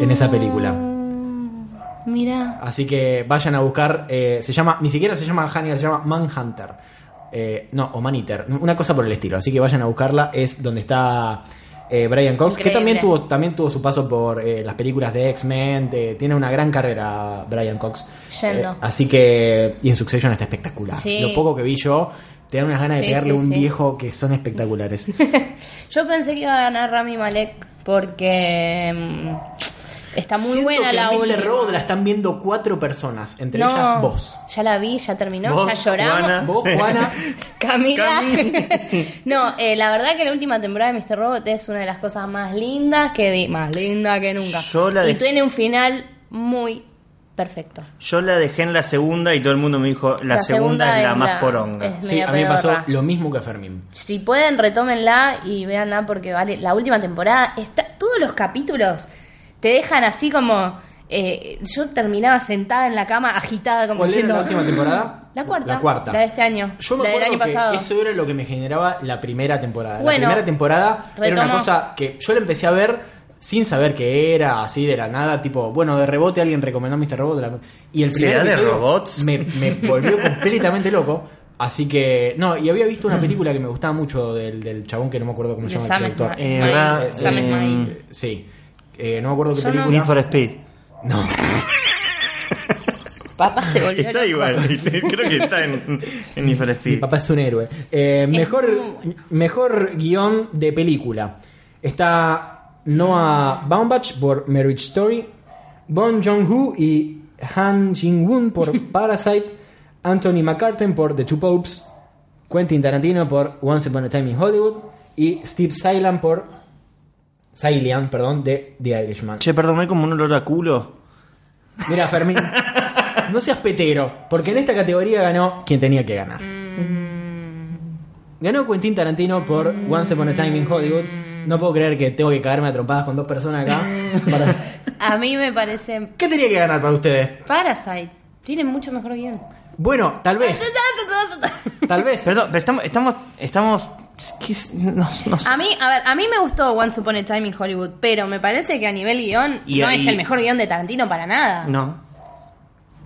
[SPEAKER 2] en esa película.
[SPEAKER 3] Mm, Mira.
[SPEAKER 2] Así que vayan a buscar. eh, se llama. Ni siquiera se llama Hannibal, se llama Manhunter. Eh, no, o Maniter. Una cosa por el estilo. Así que vayan a buscarla. Es donde está eh, Brian Cox. Que
[SPEAKER 3] Increíble.
[SPEAKER 2] también tuvo, también tuvo su paso por eh, las películas de X-Men. de- tiene una gran carrera Brian Cox. Eh,
[SPEAKER 3] Yendo.
[SPEAKER 2] así que. Y en Succession está espectacular.
[SPEAKER 3] Sí.
[SPEAKER 2] Lo poco que vi yo. Te dan unas ganas de
[SPEAKER 3] Sí,
[SPEAKER 2] pegarle
[SPEAKER 3] sí,
[SPEAKER 2] un
[SPEAKER 3] sí.
[SPEAKER 2] viejo que son espectaculares.
[SPEAKER 3] Yo pensé que iba a ganar Rami Malek porque mm, está muy
[SPEAKER 2] Siento
[SPEAKER 3] buena
[SPEAKER 2] que
[SPEAKER 3] la
[SPEAKER 2] Mr.
[SPEAKER 3] última.
[SPEAKER 2] Robot la están viendo cuatro personas, entre
[SPEAKER 3] no,
[SPEAKER 2] ellas vos.
[SPEAKER 3] Ya la vi, ya terminó,
[SPEAKER 4] Vos,
[SPEAKER 3] ya lloramos.
[SPEAKER 4] Juana.
[SPEAKER 2] Vos, Juana,
[SPEAKER 3] Camila.
[SPEAKER 4] Camila.
[SPEAKER 3] no, eh, la verdad que la última temporada de Mr. Robot es una de las cosas más lindas que di, más linda que nunca.
[SPEAKER 4] Yo la
[SPEAKER 3] y
[SPEAKER 4] dej-
[SPEAKER 3] tiene un final muy perfecto.
[SPEAKER 4] Yo la dejé en la segunda y todo el mundo me dijo: La,
[SPEAKER 3] La
[SPEAKER 4] segunda,
[SPEAKER 3] segunda
[SPEAKER 4] es la
[SPEAKER 3] es
[SPEAKER 4] más
[SPEAKER 3] la-
[SPEAKER 4] poronga.
[SPEAKER 3] es-
[SPEAKER 2] Sí,
[SPEAKER 3] media
[SPEAKER 2] a mí me pasó
[SPEAKER 3] pedorra.
[SPEAKER 2] lo mismo que a Fermín.
[SPEAKER 3] Si pueden, retómenla y véanla porque vale. La última temporada, está, todos los capítulos te dejan así como. eh, yo terminaba sentada en la cama, agitada, como
[SPEAKER 2] ¿Cuál era
[SPEAKER 3] diciendo.
[SPEAKER 2] la última temporada?
[SPEAKER 3] La cuarta.
[SPEAKER 2] La cuarta.
[SPEAKER 3] La de este año.
[SPEAKER 2] Yo me
[SPEAKER 3] la del
[SPEAKER 2] acuerdo
[SPEAKER 3] año
[SPEAKER 2] que
[SPEAKER 3] pasado.
[SPEAKER 2] eso era lo que me generaba la primera temporada.
[SPEAKER 3] Bueno,
[SPEAKER 2] la primera temporada era una
[SPEAKER 3] retomo.
[SPEAKER 2] cosa que yo la empecé a ver sin saber qué era, así de la nada, tipo, bueno, de rebote alguien recomendó Mr. Robot. la- Y el primer
[SPEAKER 4] ¿Será de
[SPEAKER 2] episodio
[SPEAKER 4] robots?
[SPEAKER 2] Me, me volvió completamente loco. Así que, no, y había visto una película que me gustaba mucho del, del chabón que no me acuerdo cómo se
[SPEAKER 3] De
[SPEAKER 2] llama
[SPEAKER 3] Sam
[SPEAKER 2] el productor.
[SPEAKER 3] Esmail.
[SPEAKER 4] Eh, ¿verdad?
[SPEAKER 3] Sam
[SPEAKER 4] Eh,
[SPEAKER 3] Esmail.
[SPEAKER 2] sí. Eh, no me acuerdo qué
[SPEAKER 3] Yo no-
[SPEAKER 2] película.
[SPEAKER 4] Need for Speed.
[SPEAKER 2] No.
[SPEAKER 3] Papá se volvió.
[SPEAKER 4] Está
[SPEAKER 3] loco.
[SPEAKER 4] igual, creo que está en, en Need for
[SPEAKER 2] Mi
[SPEAKER 4] Speed.
[SPEAKER 2] papá es un héroe. Eh, mejor,
[SPEAKER 3] muy bueno.
[SPEAKER 2] mejor guión de película. Está Noah Baumbach por Marriage Story, Bon Jong-hoo y Han Jin-woon por Parasite, Anthony McCartan por The Two Popes, Quentin Tarantino por Once Upon a Time in Hollywood y Steve Silan por Sailan, perdón, de The Irishman.
[SPEAKER 4] Che, perdón, hay como un olor a culo.
[SPEAKER 2] Mira, Fermín, no seas petero, porque en esta categoría ganó quien tenía que ganar. Mm. Ganó Quentin Tarantino por Once Upon a Time in Hollywood. No puedo creer que tengo que cagarme a trompadas con dos personas acá. para-
[SPEAKER 3] A mí me parece.
[SPEAKER 2] ¿Qué tenía que ganar para ustedes?
[SPEAKER 3] Parasite. Tiene mucho mejor guión.
[SPEAKER 2] Bueno, tal vez, tal vez.
[SPEAKER 4] Perdón, pero estamos. estamos, estamos ¿qué es? No- no sé.
[SPEAKER 3] A mí, a ver, a mí me gustó Once Upon a Time in Hollywood, pero me parece que a nivel guión
[SPEAKER 4] Y
[SPEAKER 3] no
[SPEAKER 4] ahí-
[SPEAKER 3] es el mejor guión de Tarantino para nada.
[SPEAKER 4] No.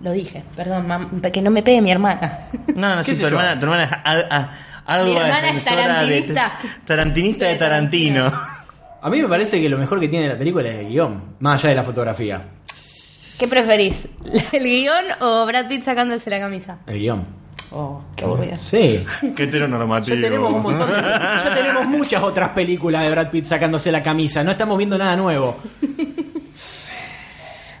[SPEAKER 3] Lo dije, perdón, mam, que no me pegue mi hermana.
[SPEAKER 4] No, no,
[SPEAKER 2] ¿Qué
[SPEAKER 4] sí,
[SPEAKER 2] sé
[SPEAKER 4] tu
[SPEAKER 2] yo?
[SPEAKER 4] hermana, tu hermana es a- a-
[SPEAKER 3] Mi
[SPEAKER 4] ardua
[SPEAKER 3] hermana es
[SPEAKER 4] defensora de-
[SPEAKER 3] tarantinista.
[SPEAKER 4] tarantinista de Tarantino.
[SPEAKER 2] A mí me parece que lo mejor que tiene la película es el guión, más allá de la fotografía.
[SPEAKER 3] ¿Qué preferís? ¿El guión o Brad Pitt sacándose la camisa?
[SPEAKER 2] El guión.
[SPEAKER 3] Oh, qué aburrido.
[SPEAKER 2] Sí.
[SPEAKER 4] Qué heteronormativo.
[SPEAKER 2] Ya tenemos un montón de- ya tenemos muchas otras películas de Brad Pitt sacándose la camisa. No estamos viendo nada nuevo.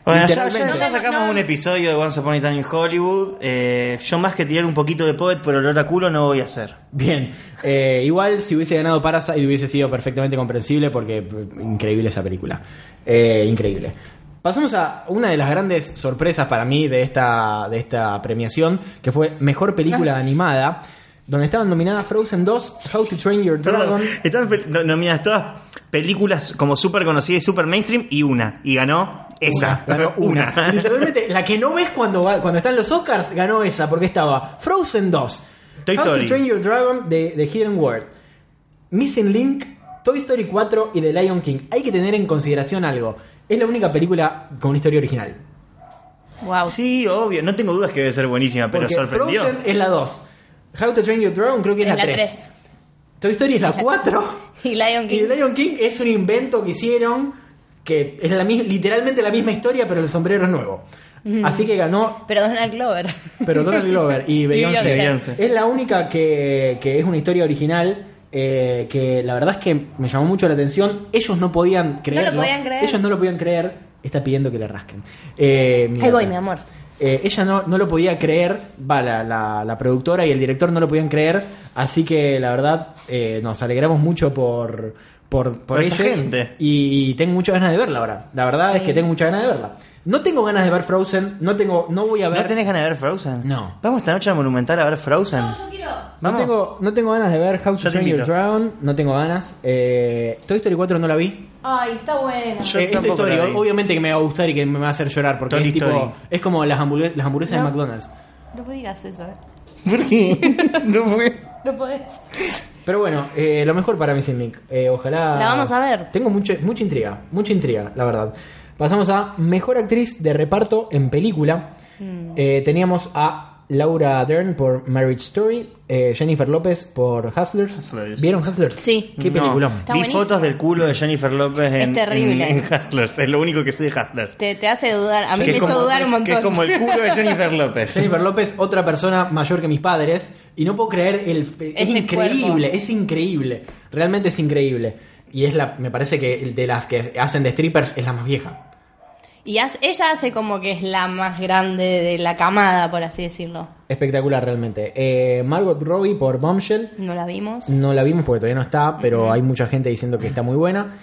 [SPEAKER 4] Bueno, ya,
[SPEAKER 2] Literalmente.
[SPEAKER 4] ya- ya sacamos
[SPEAKER 3] No, no.
[SPEAKER 4] un episodio de Once Upon a Time in Hollywood. Eh, yo más que tirar un poquito de poet por olor a culo no voy a hacer.
[SPEAKER 2] Bien, eh, igual si hubiese ganado Parasite hubiese sido perfectamente comprensible porque p- increíble esa película. Eh, increíble. Pasamos a una de las grandes sorpresas para mí de esta, de esta premiación, que fue Mejor Película Animada, donde estaban nominadas Frozen 2, How to Train Your Dragon.
[SPEAKER 4] Perdón, estaban pe- no- nominadas todas películas como súper conocidas y súper mainstream y una. Y ganó esa.
[SPEAKER 2] Ganó una. Literalmente, la que no ves cuando, va- cuando están los Oscars ganó esa, porque estaba Frozen 2,
[SPEAKER 4] Toy
[SPEAKER 2] How
[SPEAKER 4] Story.
[SPEAKER 2] to Train Your Dragon de The Hidden World, Missing Link, Toy Story 4 y The Lion King. Hay que tener en consideración algo. Es la única película con una historia original.
[SPEAKER 3] Wow.
[SPEAKER 4] Sí, obvio. No tengo dudas que debe ser buenísima, pero
[SPEAKER 2] Porque
[SPEAKER 4] sorprendió.
[SPEAKER 2] Frozen es la 2. How to Train Your Dragon creo que es, la 3.
[SPEAKER 3] tres.
[SPEAKER 2] Toy Story es la 4.
[SPEAKER 3] Y Lion
[SPEAKER 2] y
[SPEAKER 3] King.
[SPEAKER 2] The Lion King es un invento que hicieron que es la mis- literalmente la misma historia, pero el sombrero es nuevo. Así que ganó,
[SPEAKER 3] Pero Donald Glover.
[SPEAKER 2] pero Donald Glover y Beyoncé.
[SPEAKER 4] Beyoncé.
[SPEAKER 2] Es la única que, que es una historia original. eh, que la verdad es que me llamó mucho la atención. Ellos no podían creerlo.
[SPEAKER 3] podían creer.
[SPEAKER 2] Ellos no lo podían creer. Está pidiendo que le rasquen. Eh,
[SPEAKER 3] Ahí
[SPEAKER 2] mierda.
[SPEAKER 3] voy, mi amor.
[SPEAKER 2] Eh, ella no, no lo podía creer, va, la, la- la productora y el director no lo podían creer, así que la verdad eh, nos alegramos mucho por, por, por
[SPEAKER 4] Por esta
[SPEAKER 2] ellos.
[SPEAKER 4] gente.
[SPEAKER 2] Y, tengo muchas ganas de verla ahora. La verdad es que tengo muchas ganas de verla. No tengo ganas de ver Frozen, no tengo, no voy a ver.
[SPEAKER 4] ¿No tenés ganas de ver Frozen?
[SPEAKER 2] No.
[SPEAKER 4] Vamos esta noche al Monumental a ver Frozen.
[SPEAKER 2] no
[SPEAKER 4] Vamos.
[SPEAKER 2] tengo, no tengo ganas de ver How to
[SPEAKER 4] Yo te
[SPEAKER 2] Train Your
[SPEAKER 4] invito.
[SPEAKER 2] Dragon, no tengo ganas. Eh, Toy Story 4 no la vi.
[SPEAKER 3] Ay, está buena.
[SPEAKER 4] Yo
[SPEAKER 2] Eh, esta
[SPEAKER 4] tampoco la
[SPEAKER 2] historia,
[SPEAKER 4] vi.
[SPEAKER 2] obviamente que me va a gustar y que me va a hacer llorar porque
[SPEAKER 4] Toy
[SPEAKER 2] es, tipo-
[SPEAKER 4] Story.
[SPEAKER 2] es como las, hamburgues- las hamburguesas
[SPEAKER 3] No.
[SPEAKER 2] de McDonald's.
[SPEAKER 3] No me digas eso. eh.
[SPEAKER 4] ¿Por qué? No fue.
[SPEAKER 3] No podés.
[SPEAKER 2] Pero bueno, eh, lo mejor para mí sin Nick. Eh, ojalá.
[SPEAKER 3] La vamos a ver.
[SPEAKER 2] Tengo mucha mucha intriga, mucha intriga, la verdad. Pasamos a mejor actriz de reparto en película.
[SPEAKER 3] Mm.
[SPEAKER 2] Eh, teníamos a Laura Dern por Marriage Story, eh, Jennifer López por Hustlers.
[SPEAKER 4] Hustlers.
[SPEAKER 2] ¿Vieron Hustlers?
[SPEAKER 3] Sí.
[SPEAKER 2] Qué
[SPEAKER 4] No.
[SPEAKER 2] peliculón.
[SPEAKER 3] Está
[SPEAKER 4] Vi
[SPEAKER 3] buenísimo.
[SPEAKER 4] fotos del culo de Jennifer López en,
[SPEAKER 3] Es terrible.
[SPEAKER 4] en, en Hustlers. Es lo único que sé de Hustlers.
[SPEAKER 3] Te, te hace dudar. A mí
[SPEAKER 4] Que
[SPEAKER 3] me
[SPEAKER 4] es
[SPEAKER 3] hizo
[SPEAKER 4] como-
[SPEAKER 3] dudar un montón.
[SPEAKER 4] Que es como el culo de Jennifer López.
[SPEAKER 2] Jennifer López, otra persona mayor que mis padres, y no puedo creer el es
[SPEAKER 3] Ese
[SPEAKER 2] increíble,
[SPEAKER 3] cuerpo.
[SPEAKER 2] es increíble, realmente es increíble. Y es la, me parece que de las que hacen de strippers es la más vieja.
[SPEAKER 3] Y hace- ella hace como que es la más grande de la camada, por así decirlo.
[SPEAKER 2] Espectacular realmente. Eh, Margot Robbie por Bombshell.
[SPEAKER 3] No la vimos.
[SPEAKER 2] No la vimos porque todavía no está, pero hay mucha gente diciendo que está muy buena.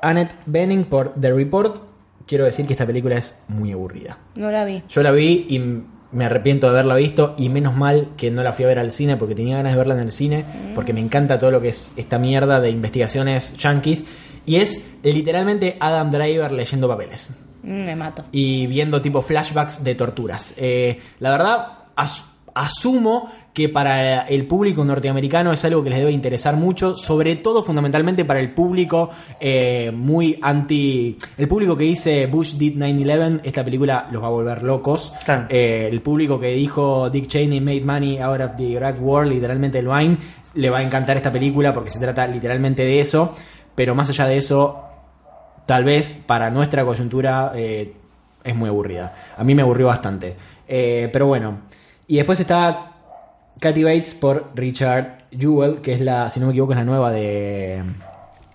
[SPEAKER 2] Annette Bening por The Report. Quiero decir que esta película es muy aburrida.
[SPEAKER 3] No la vi.
[SPEAKER 2] Yo la vi y m- me arrepiento de haberla visto y menos mal que no la fui a ver al cine porque tenía ganas de verla en el cine porque me encanta todo lo que es esta mierda de investigaciones yankees y es literalmente Adam Driver leyendo papeles
[SPEAKER 3] Mm, Me mato.
[SPEAKER 2] y viendo tipo flashbacks de torturas. Eh, la verdad, as- asumo que para el público norteamericano es algo que les debe interesar mucho, sobre todo fundamentalmente para el público eh, muy anti... El público que dice Bush did 9-11, esta película los va a volver locos.
[SPEAKER 4] Claro.
[SPEAKER 2] Eh, el público que dijo Dick Cheney made money out of the Iraq War, literalmente el Vine, le va a encantar esta película porque se trata literalmente de eso. Pero más allá de eso, tal vez para nuestra coyuntura eh, es muy aburrida. A mí me aburrió bastante. Eh, pero bueno. Y después está Katy Bates por Richard Jewell, que es la, si no me equivoco, es la nueva de,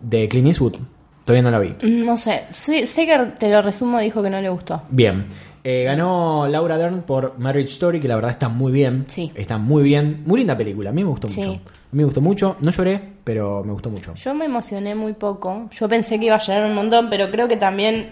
[SPEAKER 2] de Clint Eastwood. Todavía no la vi.
[SPEAKER 3] Mm, No sé. Sí, sé que te lo resumo, dijo que no le gustó.
[SPEAKER 2] Bien. Eh, ganó Laura Dern por Marriage Story, que la verdad está muy bien.
[SPEAKER 3] Sí.
[SPEAKER 2] Está muy bien. Muy linda película. A mí me gustó
[SPEAKER 3] Sí.
[SPEAKER 2] mucho. A mí me gustó mucho. No lloré, pero me gustó mucho.
[SPEAKER 3] Yo me emocioné muy poco. Yo pensé que iba a llegar un montón, pero creo que también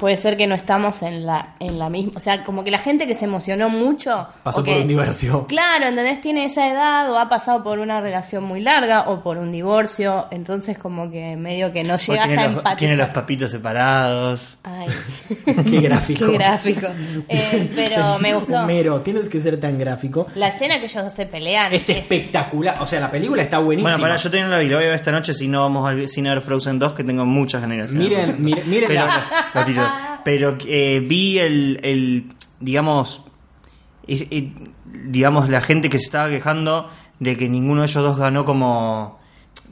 [SPEAKER 3] puede ser que no estamos en la, en la misma. O sea, como que la gente que se emocionó mucho.
[SPEAKER 2] Pasó
[SPEAKER 3] o
[SPEAKER 2] por
[SPEAKER 3] que-
[SPEAKER 2] un divorcio.
[SPEAKER 3] Claro, ¿entendés? Tiene esa edad o ha pasado por una relación muy larga o por un divorcio. Entonces, como que medio que no
[SPEAKER 4] O
[SPEAKER 3] llegas a
[SPEAKER 4] tiene, los,
[SPEAKER 3] empatizar.
[SPEAKER 4] tiene los papitos separados.
[SPEAKER 3] Ay,
[SPEAKER 2] Qué gráfico.
[SPEAKER 3] qué gráfico. Eh, pero me gustó.
[SPEAKER 2] Homero, tienes que ser tan gráfico.
[SPEAKER 3] La escena que ellos dos se pelean
[SPEAKER 2] Es espectacular. O sea, la película está buenísima.
[SPEAKER 4] Bueno, para yo tengo la vi, la voy a ver esta noche si no vamos al cine a ver Frozen 2, que tengo muchas generaciones.
[SPEAKER 2] Miren, miren, miren
[SPEAKER 4] Pero,
[SPEAKER 2] la-
[SPEAKER 4] lo tiro. Pero, eh, vi el, el, digamos, es- eh, digamos, la gente que se estaba quejando de que ninguno de ellos dos ganó como...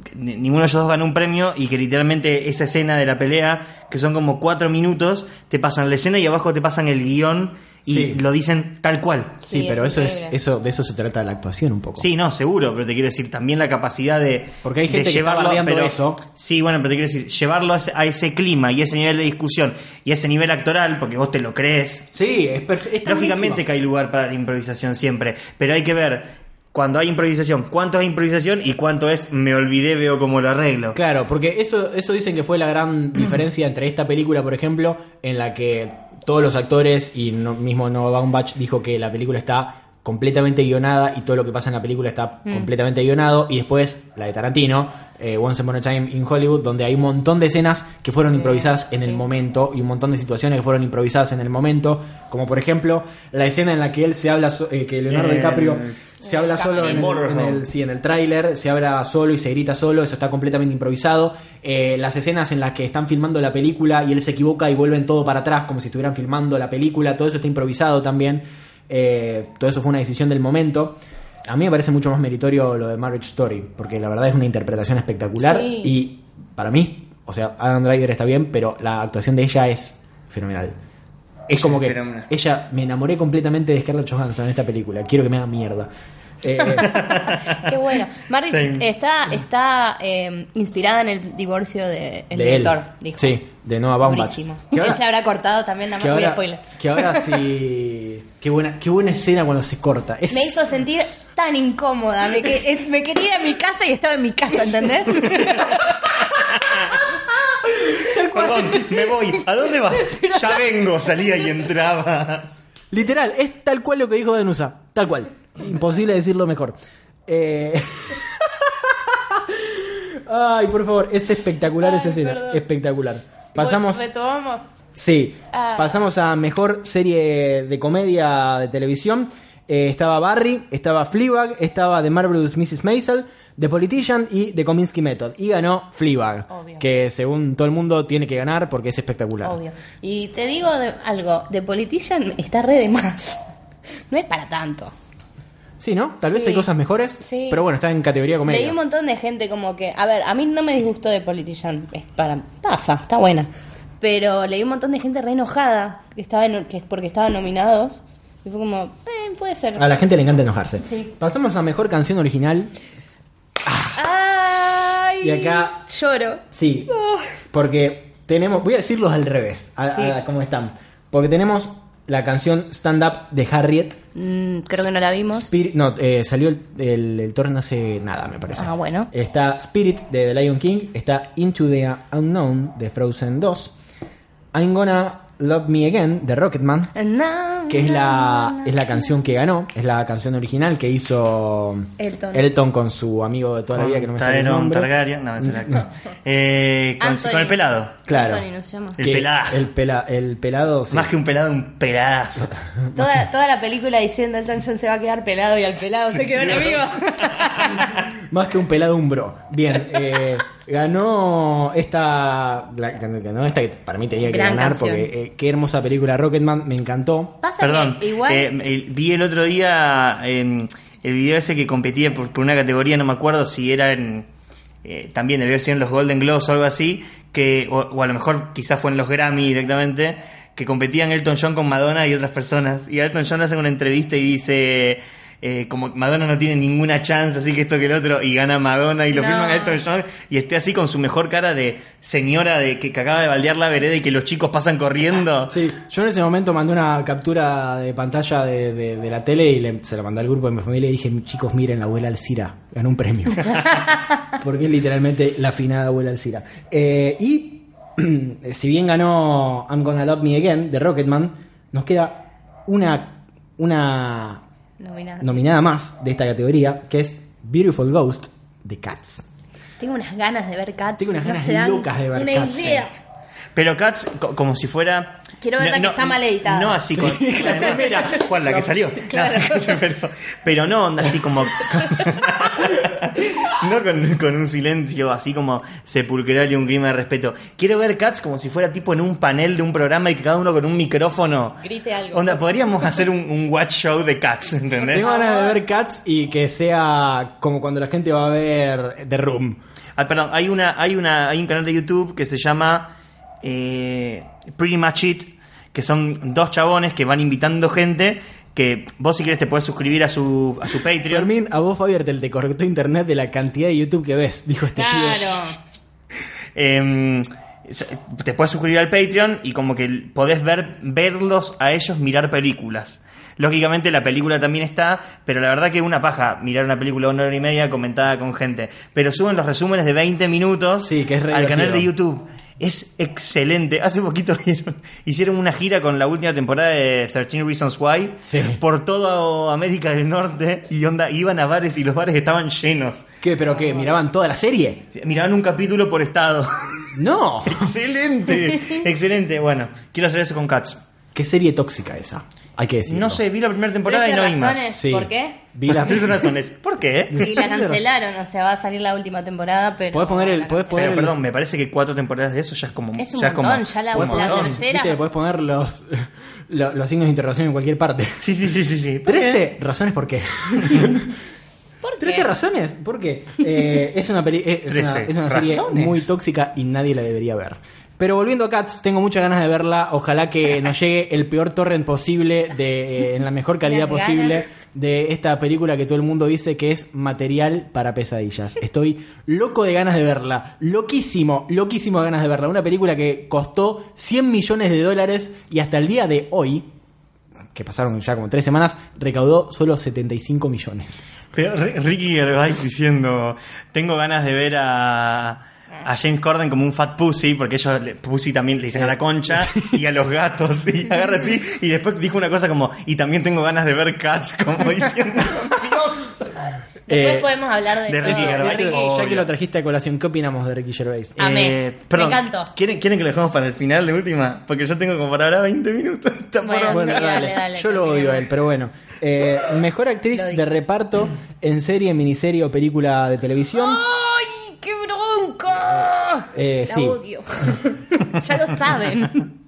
[SPEAKER 4] que ni- Ninguno de ellos dos ganó un premio y que literalmente esa escena de la pelea, que son como cuatro minutos, te pasan la escena y abajo te pasan el guión y
[SPEAKER 2] Sí.
[SPEAKER 4] lo dicen tal cual.
[SPEAKER 2] Sí,
[SPEAKER 3] Sí,
[SPEAKER 2] pero
[SPEAKER 3] es
[SPEAKER 2] eso es
[SPEAKER 3] increíble.
[SPEAKER 2] eso de eso se trata la actuación un poco.
[SPEAKER 4] Sí, no, seguro, pero te quiero decir también la capacidad de,
[SPEAKER 2] Porque hay
[SPEAKER 4] de
[SPEAKER 2] gente que está bardeando
[SPEAKER 4] pero-
[SPEAKER 2] eso.
[SPEAKER 4] Sí, bueno, pero te quiero decir, llevarlo a ese, a ese clima y ese nivel de discusión y ese nivel actoral, porque vos te lo crees.
[SPEAKER 2] Sí, es perfecto.
[SPEAKER 4] Lógicamente que hay lugar para la improvisación siempre, pero hay que ver cuando hay improvisación, cuánto es improvisación y cuánto es me olvidé, veo cómo lo arreglo.
[SPEAKER 2] Claro, porque eso eso dicen que fue la gran diferencia entre esta película, por ejemplo, en la que todos los actores y no- mismo Noah Baumbach dijo que la película está completamente guionada y todo lo que pasa en la película está completamente guionado y después la de Tarantino, eh, Once Upon a Time in Hollywood, donde hay un montón de escenas que fueron improvisadas en el momento y un montón de situaciones que fueron improvisadas en el momento, como por ejemplo la escena en la que él se habla so- eh, que Leonardo
[SPEAKER 4] Eh,
[SPEAKER 2] DiCaprio se
[SPEAKER 3] en
[SPEAKER 2] habla
[SPEAKER 3] el
[SPEAKER 2] solo en el, en
[SPEAKER 4] Motorhome.
[SPEAKER 2] el- sí, en el tráiler, se habla solo y se grita solo, eso está completamente improvisado. Eh, las escenas en las que están filmando la película y él se equivoca y vuelven todo para atrás como si estuvieran filmando la película, todo eso está improvisado también. Eh, todo eso fue una decisión del momento. A mí me parece mucho más meritorio lo de Marriage Story, porque la verdad es una interpretación espectacular
[SPEAKER 3] Sí.
[SPEAKER 2] y para mí, o sea, Adam Driver está bien, pero la actuación de ella es fenomenal. Es
[SPEAKER 4] Ella
[SPEAKER 2] como que
[SPEAKER 4] espera una-
[SPEAKER 2] ella me enamoré completamente de Scarlett Johansson en esta película. Quiero que me haga mierda. Eh,
[SPEAKER 3] Qué bueno. Marriage
[SPEAKER 4] Same.
[SPEAKER 3] está, está eh, inspirada en el divorcio de, el
[SPEAKER 2] de él.
[SPEAKER 3] director, dijo.
[SPEAKER 2] Sí, de Noah Baumbach.
[SPEAKER 3] Durísimo.
[SPEAKER 2] Que ahora-
[SPEAKER 3] Él se habrá cortado también, nada
[SPEAKER 2] que
[SPEAKER 3] más voy a
[SPEAKER 2] ahora-
[SPEAKER 3] spoiler.
[SPEAKER 2] que ahora sí. Qué buena, qué buena escena cuando se corta. Es-
[SPEAKER 3] Me hizo sentir tan incómoda. Me, que- eh, me quería ir a mi casa y estaba en mi casa, ¿entendés?
[SPEAKER 4] Perdón, me voy. ¿A dónde vas? Ya vengo, salía y entraba.
[SPEAKER 2] Literal, es tal cual lo que dijo Danusa. Tal cual. Imposible decirlo mejor. Eh, Ay, por favor, es espectacular
[SPEAKER 3] Ay,
[SPEAKER 2] esa escena.
[SPEAKER 3] perdón.
[SPEAKER 2] Espectacular. Pasamos.
[SPEAKER 3] Retomamos.
[SPEAKER 2] Sí,
[SPEAKER 3] Ah.
[SPEAKER 2] pasamos a mejor serie de comedia de televisión. Eh, estaba Barry, estaba Fleabag, estaba The Marvelous Mrs. Maisel, The Politician y The Kominsky Method. Y ganó Fleabag,
[SPEAKER 3] Obvio.
[SPEAKER 2] que según todo el mundo tiene que ganar porque es espectacular.
[SPEAKER 3] Obvio. Y te digo de- algo, The Politician está re de más. No es para tanto.
[SPEAKER 2] Sí, ¿no? Tal vez
[SPEAKER 3] Sí.
[SPEAKER 2] hay cosas mejores,
[SPEAKER 3] Sí.
[SPEAKER 2] pero bueno, está en categoría comedia.
[SPEAKER 3] Leí un montón de gente como que, a ver, a mí no me disgustó de Politician, es para pasa, está buena. Pero leí un montón de gente re enojada que estaba en- que es porque estaban nominados y fue como, eh, puede ser.
[SPEAKER 2] A la gente le encanta enojarse.
[SPEAKER 3] Sí.
[SPEAKER 2] Pasamos a mejor canción original.
[SPEAKER 3] Ay.
[SPEAKER 2] Ah. Y acá-
[SPEAKER 3] lloro.
[SPEAKER 2] Sí,
[SPEAKER 3] Oh.
[SPEAKER 2] porque tenemos, voy a decirlos al revés, a,
[SPEAKER 3] Sí.
[SPEAKER 2] a cómo están. Porque tenemos la canción Stand Up de Harriet.
[SPEAKER 3] Mm, creo que no la vimos.
[SPEAKER 2] Spirit- no, eh, salió el, el, el torneo hace nada, me parece.
[SPEAKER 3] Ah, bueno.
[SPEAKER 2] Está Spirit de The Lion King, está Into the Unknown de Frozen 2, I'm Gonna Love Me Again de Rocketman,
[SPEAKER 3] Na,
[SPEAKER 2] que es
[SPEAKER 3] na,
[SPEAKER 2] la,
[SPEAKER 3] na,
[SPEAKER 2] es la canción que ganó, es la canción original que hizo
[SPEAKER 3] Elton.
[SPEAKER 2] con su amigo de toda la vida que no me sale el
[SPEAKER 4] Tyrion
[SPEAKER 2] nombre.
[SPEAKER 4] Targaryen, no, ese era actor. Eh, con,
[SPEAKER 3] Anthony.
[SPEAKER 4] con el pelado.
[SPEAKER 2] Claro.
[SPEAKER 3] Anthony, no se llama.
[SPEAKER 4] El
[SPEAKER 2] Que
[SPEAKER 4] pelazo.
[SPEAKER 2] El, pela- el pelado. sí.
[SPEAKER 4] Más que un pelado, un pedazo.
[SPEAKER 3] Toda, toda la película diciendo Elton John se va a quedar pelado y al pelado se quedó el amigo.
[SPEAKER 2] Más que un pelado, un bro. Bien, eh, ganó esta. la- ganó esta que para mí tenía que
[SPEAKER 3] Gran
[SPEAKER 2] ganar
[SPEAKER 3] canción.
[SPEAKER 2] porque eh, qué hermosa película Rocketman, me encantó.
[SPEAKER 3] Pasa
[SPEAKER 4] Perdón,
[SPEAKER 3] que igual
[SPEAKER 4] eh, el- vi el otro día eh, el video ese que competía por, por una categoría, no me acuerdo si era en... eh, también debió ser en los Golden Globes o algo así, que, o, o a lo mejor quizás fue en los Grammy directamente, que competían Elton John con Madonna y otras personas. Y a Elton John le hacen una entrevista y dice... eh, como Madonna no tiene ninguna chance, así que esto que el otro, y gana Madonna y lo
[SPEAKER 3] No.
[SPEAKER 4] firman a Elton John, y esté así con su mejor cara de señora de que, que acaba de baldear la vereda y que los chicos pasan corriendo.
[SPEAKER 2] Sí, yo en ese momento mandé una captura de pantalla de, de- de la tele y le- se la mandé al grupo de mi familia y dije, chicos, miren, la abuela Alcira ganó un premio. Porque es literalmente la afinada abuela Alcira. Eh, y si bien ganó I'm Gonna Love Me Again de Rocketman, nos queda una, una
[SPEAKER 3] Nominada.
[SPEAKER 2] nominada más de esta categoría, que es Beautiful Ghost de Cats.
[SPEAKER 3] Tengo unas ganas de ver Cats.
[SPEAKER 2] Tengo unas
[SPEAKER 3] no
[SPEAKER 2] ganas
[SPEAKER 3] se dan
[SPEAKER 2] locas de ver
[SPEAKER 3] una
[SPEAKER 2] Cats, eh.
[SPEAKER 3] idea.
[SPEAKER 2] sí.
[SPEAKER 4] Pero Cats, co- como si fuera.
[SPEAKER 3] Quiero ver la que está mal editada.
[SPEAKER 4] No así con. la primera. ¿Cuál? La que salió.
[SPEAKER 3] Claro.
[SPEAKER 4] No, pero, pero no onda así como. no con, con un silencio así como sepulcral y un clima de respeto. Quiero ver Cats como si fuera tipo en un panel de un programa y que cada uno con un micrófono.
[SPEAKER 3] Grite algo.
[SPEAKER 4] Onda, podríamos hacer un, un watch show de Cats, ¿entendés?
[SPEAKER 2] Tengo ganas de ver Cats y que sea como cuando la gente va a ver The Room.
[SPEAKER 4] Ah, perdón, hay una, hay una, hay un canal de YouTube que se llama eh, Pretty Much It, que son dos chabones que van invitando gente que vos si querés te podés suscribir a su, a su Patreon.
[SPEAKER 2] Fermín, a vos Fabier te, te correctó internet de la cantidad de YouTube que ves, dijo este tío.
[SPEAKER 3] Claro.
[SPEAKER 4] Eh, te puedes suscribir al Patreon y como que podés ver, verlos a ellos mirar películas. Lógicamente la película también está, pero la verdad que una paja mirar una película una hora y media comentada con gente. Pero suben los resúmenes de 20 minutos
[SPEAKER 2] Sí, que es re
[SPEAKER 4] al canal de
[SPEAKER 2] divertido.
[SPEAKER 4] YouTube. Es excelente. Hace poquito vieron- hicieron una gira con la última temporada de 13 Reasons Why
[SPEAKER 2] Sí.
[SPEAKER 4] por toda América del Norte y onda, iban a bares y los bares estaban llenos.
[SPEAKER 2] ¿Qué, pero qué? ¿Miraban toda la serie?
[SPEAKER 4] Miraban un capítulo por estado.
[SPEAKER 2] ¡No!
[SPEAKER 4] Excelente, excelente. Bueno, quiero hacer eso con Cats.
[SPEAKER 2] ¿Qué serie tóxica esa? Hay que decirlo.
[SPEAKER 4] No sé, vi la primera temporada y
[SPEAKER 3] 13
[SPEAKER 4] no vi
[SPEAKER 3] razones.
[SPEAKER 4] más.
[SPEAKER 2] Sí.
[SPEAKER 3] ¿Por qué?
[SPEAKER 2] Vi la-
[SPEAKER 4] Tres razones. ¿Por qué?
[SPEAKER 3] Y la cancelaron, o sea, va a salir la última temporada, pero...
[SPEAKER 2] Podés poner el-
[SPEAKER 3] la
[SPEAKER 2] podés
[SPEAKER 3] cancelaron.
[SPEAKER 4] Pero
[SPEAKER 2] el-
[SPEAKER 4] perdón, me parece que cuatro temporadas de eso ya es como.
[SPEAKER 3] Es un
[SPEAKER 4] ya
[SPEAKER 3] montón,
[SPEAKER 4] como-
[SPEAKER 3] ya la-
[SPEAKER 4] un
[SPEAKER 2] Podés poner-
[SPEAKER 3] la
[SPEAKER 4] montón.
[SPEAKER 3] tercera.
[SPEAKER 2] viste, podés poner los, los, los signos de interrogación en cualquier parte.
[SPEAKER 4] Sí, sí, sí, sí. sí. ¿Por qué?
[SPEAKER 2] 13 razones por qué.
[SPEAKER 3] ¿Por qué?
[SPEAKER 2] 13 razones por qué. Eh, es una, peli- es, es una,
[SPEAKER 4] Trece
[SPEAKER 2] es una serie
[SPEAKER 4] razones.
[SPEAKER 2] muy tóxica y nadie la debería ver. Pero volviendo a Cats, tengo muchas ganas de verla. Ojalá que nos llegue el peor torrent posible, de, eh, en la mejor calidad
[SPEAKER 3] Las ganas.
[SPEAKER 2] posible, de esta película que todo el mundo dice que es material para pesadillas. Estoy loco de ganas de verla. Loquísimo, loquísimo de ganas de verla. Una película que costó 100 millones de dólares y hasta el día de hoy, que pasaron ya como tres semanas, recaudó solo 75 millones.
[SPEAKER 4] Pero Ri- Ricky Gervais diciendo, tengo ganas de ver a, a James Corden como un fat pussy, porque ellos le- pussy también le dicen a la concha y a los gatos, y agarra así, y después dijo una cosa como, y también tengo ganas de ver cats, como diciendo, Dios.
[SPEAKER 3] Después
[SPEAKER 2] Eh,
[SPEAKER 3] podemos hablar de,
[SPEAKER 4] de Ricky
[SPEAKER 3] todo,
[SPEAKER 4] Gervais.
[SPEAKER 3] de Ricky.
[SPEAKER 4] Obvio.
[SPEAKER 2] Ya que lo trajiste a colación, ¿qué opinamos de Ricky Gervais?
[SPEAKER 3] Amé. Me
[SPEAKER 4] Eh, perdón,
[SPEAKER 3] encantó.
[SPEAKER 4] ¿quieren, ¿Quieren que lo dejemos para el final de última? Porque yo tengo como para ahora 20 minutos. Está por-
[SPEAKER 3] Bueno,
[SPEAKER 2] Bueno,
[SPEAKER 3] sí,
[SPEAKER 2] dale.
[SPEAKER 3] dale, dale,
[SPEAKER 2] Yo lo odio
[SPEAKER 3] terminemos.
[SPEAKER 2] a él, pero bueno. Eh, mejor actriz
[SPEAKER 3] Lo digo.
[SPEAKER 2] de reparto en serie, miniserie o película de televisión.
[SPEAKER 3] ¡Ay, qué bronco!
[SPEAKER 2] Eh,
[SPEAKER 3] Ah, La
[SPEAKER 2] sí.
[SPEAKER 3] odio. ya lo saben.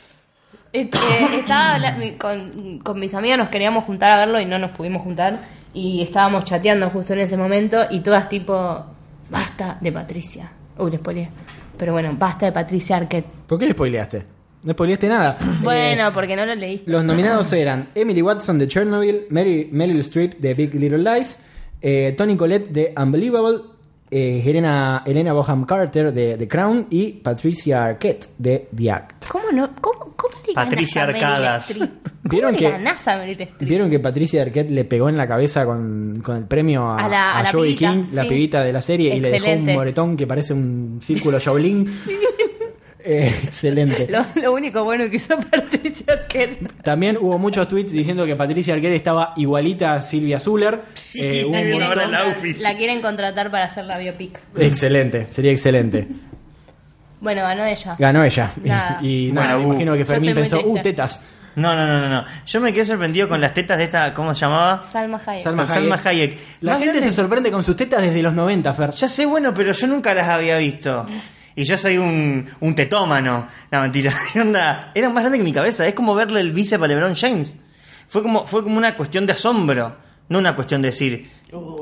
[SPEAKER 3] Este, estaba habla- mi- con, con mis amigos nos queríamos juntar a verlo y no nos pudimos juntar. Y estábamos chateando justo en ese momento y todas tipo, basta de Patricia. Uy, les spoileé. Pero bueno, basta de Patricia Arquette.
[SPEAKER 2] ¿Por qué le spoileaste? No spoileaste nada. Eh,
[SPEAKER 3] Bueno, porque no lo leíste.
[SPEAKER 2] los nominados eran Emily Watson de Chernobyl, Mary- Meryl Streep de Big Little Lies, eh, Tony Collette de Unbelievable, eh, Helena, Helena Boham Carter de The Crown y Patricia Arquette de The Act.
[SPEAKER 3] ¿Cómo no? ¿Cómo, cómo le ganas
[SPEAKER 4] Patricia
[SPEAKER 3] a Meryl
[SPEAKER 4] Arcadas.
[SPEAKER 3] Streep? ¿Cómo
[SPEAKER 2] ¿Vieron
[SPEAKER 3] le
[SPEAKER 2] que-
[SPEAKER 3] ganás a Meryl Streep?
[SPEAKER 2] ¿Vieron que Patricia Arquette le pegó en la cabeza con, con el premio a,
[SPEAKER 3] A la-
[SPEAKER 2] a
[SPEAKER 3] a la
[SPEAKER 2] Joey
[SPEAKER 3] pibita,
[SPEAKER 2] King, la
[SPEAKER 3] sí.
[SPEAKER 2] pibita de la serie, y le dejó un
[SPEAKER 3] Excelente.
[SPEAKER 2] moretón que parece un círculo Shaolin? Eh, excelente.
[SPEAKER 3] Lo, lo único bueno que hizo Patricia Arquette.
[SPEAKER 2] También hubo muchos tweets diciendo que Patricia Arquette estaba igualita a Silvia Zuller. Eh,
[SPEAKER 4] Estoy
[SPEAKER 2] hubo-
[SPEAKER 4] viendo ahora el
[SPEAKER 3] Uh, contra-
[SPEAKER 4] outfit.
[SPEAKER 3] la quieren contratar para hacer la biopic.
[SPEAKER 2] Excelente, sería excelente.
[SPEAKER 3] Bueno, ganó ella.
[SPEAKER 2] Ganó ella.
[SPEAKER 3] Nada.
[SPEAKER 2] Y, y nada,
[SPEAKER 4] Bueno,
[SPEAKER 2] me
[SPEAKER 4] uh.
[SPEAKER 2] imagino que
[SPEAKER 3] Yo
[SPEAKER 2] Fermín
[SPEAKER 3] estoy muy
[SPEAKER 2] pensó, uh,
[SPEAKER 3] triste".
[SPEAKER 2] tetas.
[SPEAKER 4] No, no, no, no, no. Yo me quedé sorprendido con las tetas de esta, ¿cómo se llamaba?
[SPEAKER 3] Salma Hayek.
[SPEAKER 2] Salma
[SPEAKER 4] Con Salma
[SPEAKER 2] Hayek.
[SPEAKER 4] Hayek.
[SPEAKER 2] La
[SPEAKER 4] Más
[SPEAKER 2] gente
[SPEAKER 4] grande-
[SPEAKER 2] se sorprende con sus tetas desde los 90, Fer.
[SPEAKER 4] Ya sé, bueno, pero yo nunca las había visto. Y yo soy un, un tetómano. No, mentira. Onda, eran más grandes que mi cabeza. Es como verle el bíceps a LeBron James. Fue como, fue como una cuestión de asombro. No una cuestión de decir,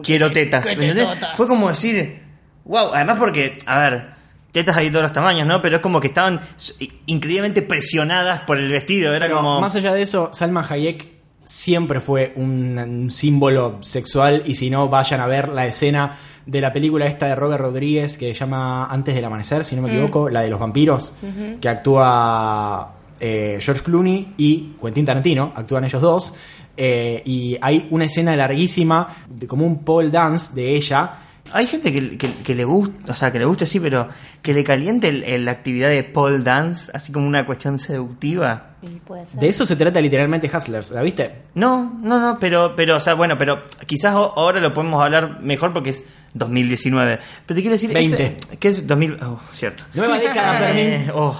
[SPEAKER 4] quiero tetas. ¿me entendés? Fue como decir, wow. Además porque, a ver, tetas hay de todos los tamaños, ¿no? Pero es como que estaban s- increíblemente presionadas por el vestido. Era
[SPEAKER 2] Pero
[SPEAKER 4] como...
[SPEAKER 2] más allá de eso, Salma Hayek siempre fue un, un símbolo sexual y si no, vayan a ver la escena de la película esta de Robert Rodríguez que se llama Antes del Amanecer, si no me equivoco, la de los vampiros, que actúa eh, George Clooney y Quentin Tarantino, actúan ellos dos, eh, y hay una escena larguísima, de, como un pole dance de ella,
[SPEAKER 4] Hay gente que, que- que le gusta, o sea, que le gusta sí, pero que le caliente el- el- la actividad de pole dance, así como una cuestión seductiva.
[SPEAKER 3] Y puede ser.
[SPEAKER 2] de eso se trata literalmente Hustlers, ¿la viste?
[SPEAKER 4] No, no, no, pero, pero, o sea, bueno, pero quizás o- ahora lo podemos hablar mejor porque es 2019. Pero te quiero decir, ese-
[SPEAKER 2] 20.
[SPEAKER 4] que es 2000, oh, cierto.
[SPEAKER 2] Nueva
[SPEAKER 3] Ah,
[SPEAKER 2] década, Fermín.
[SPEAKER 4] Eh, oh.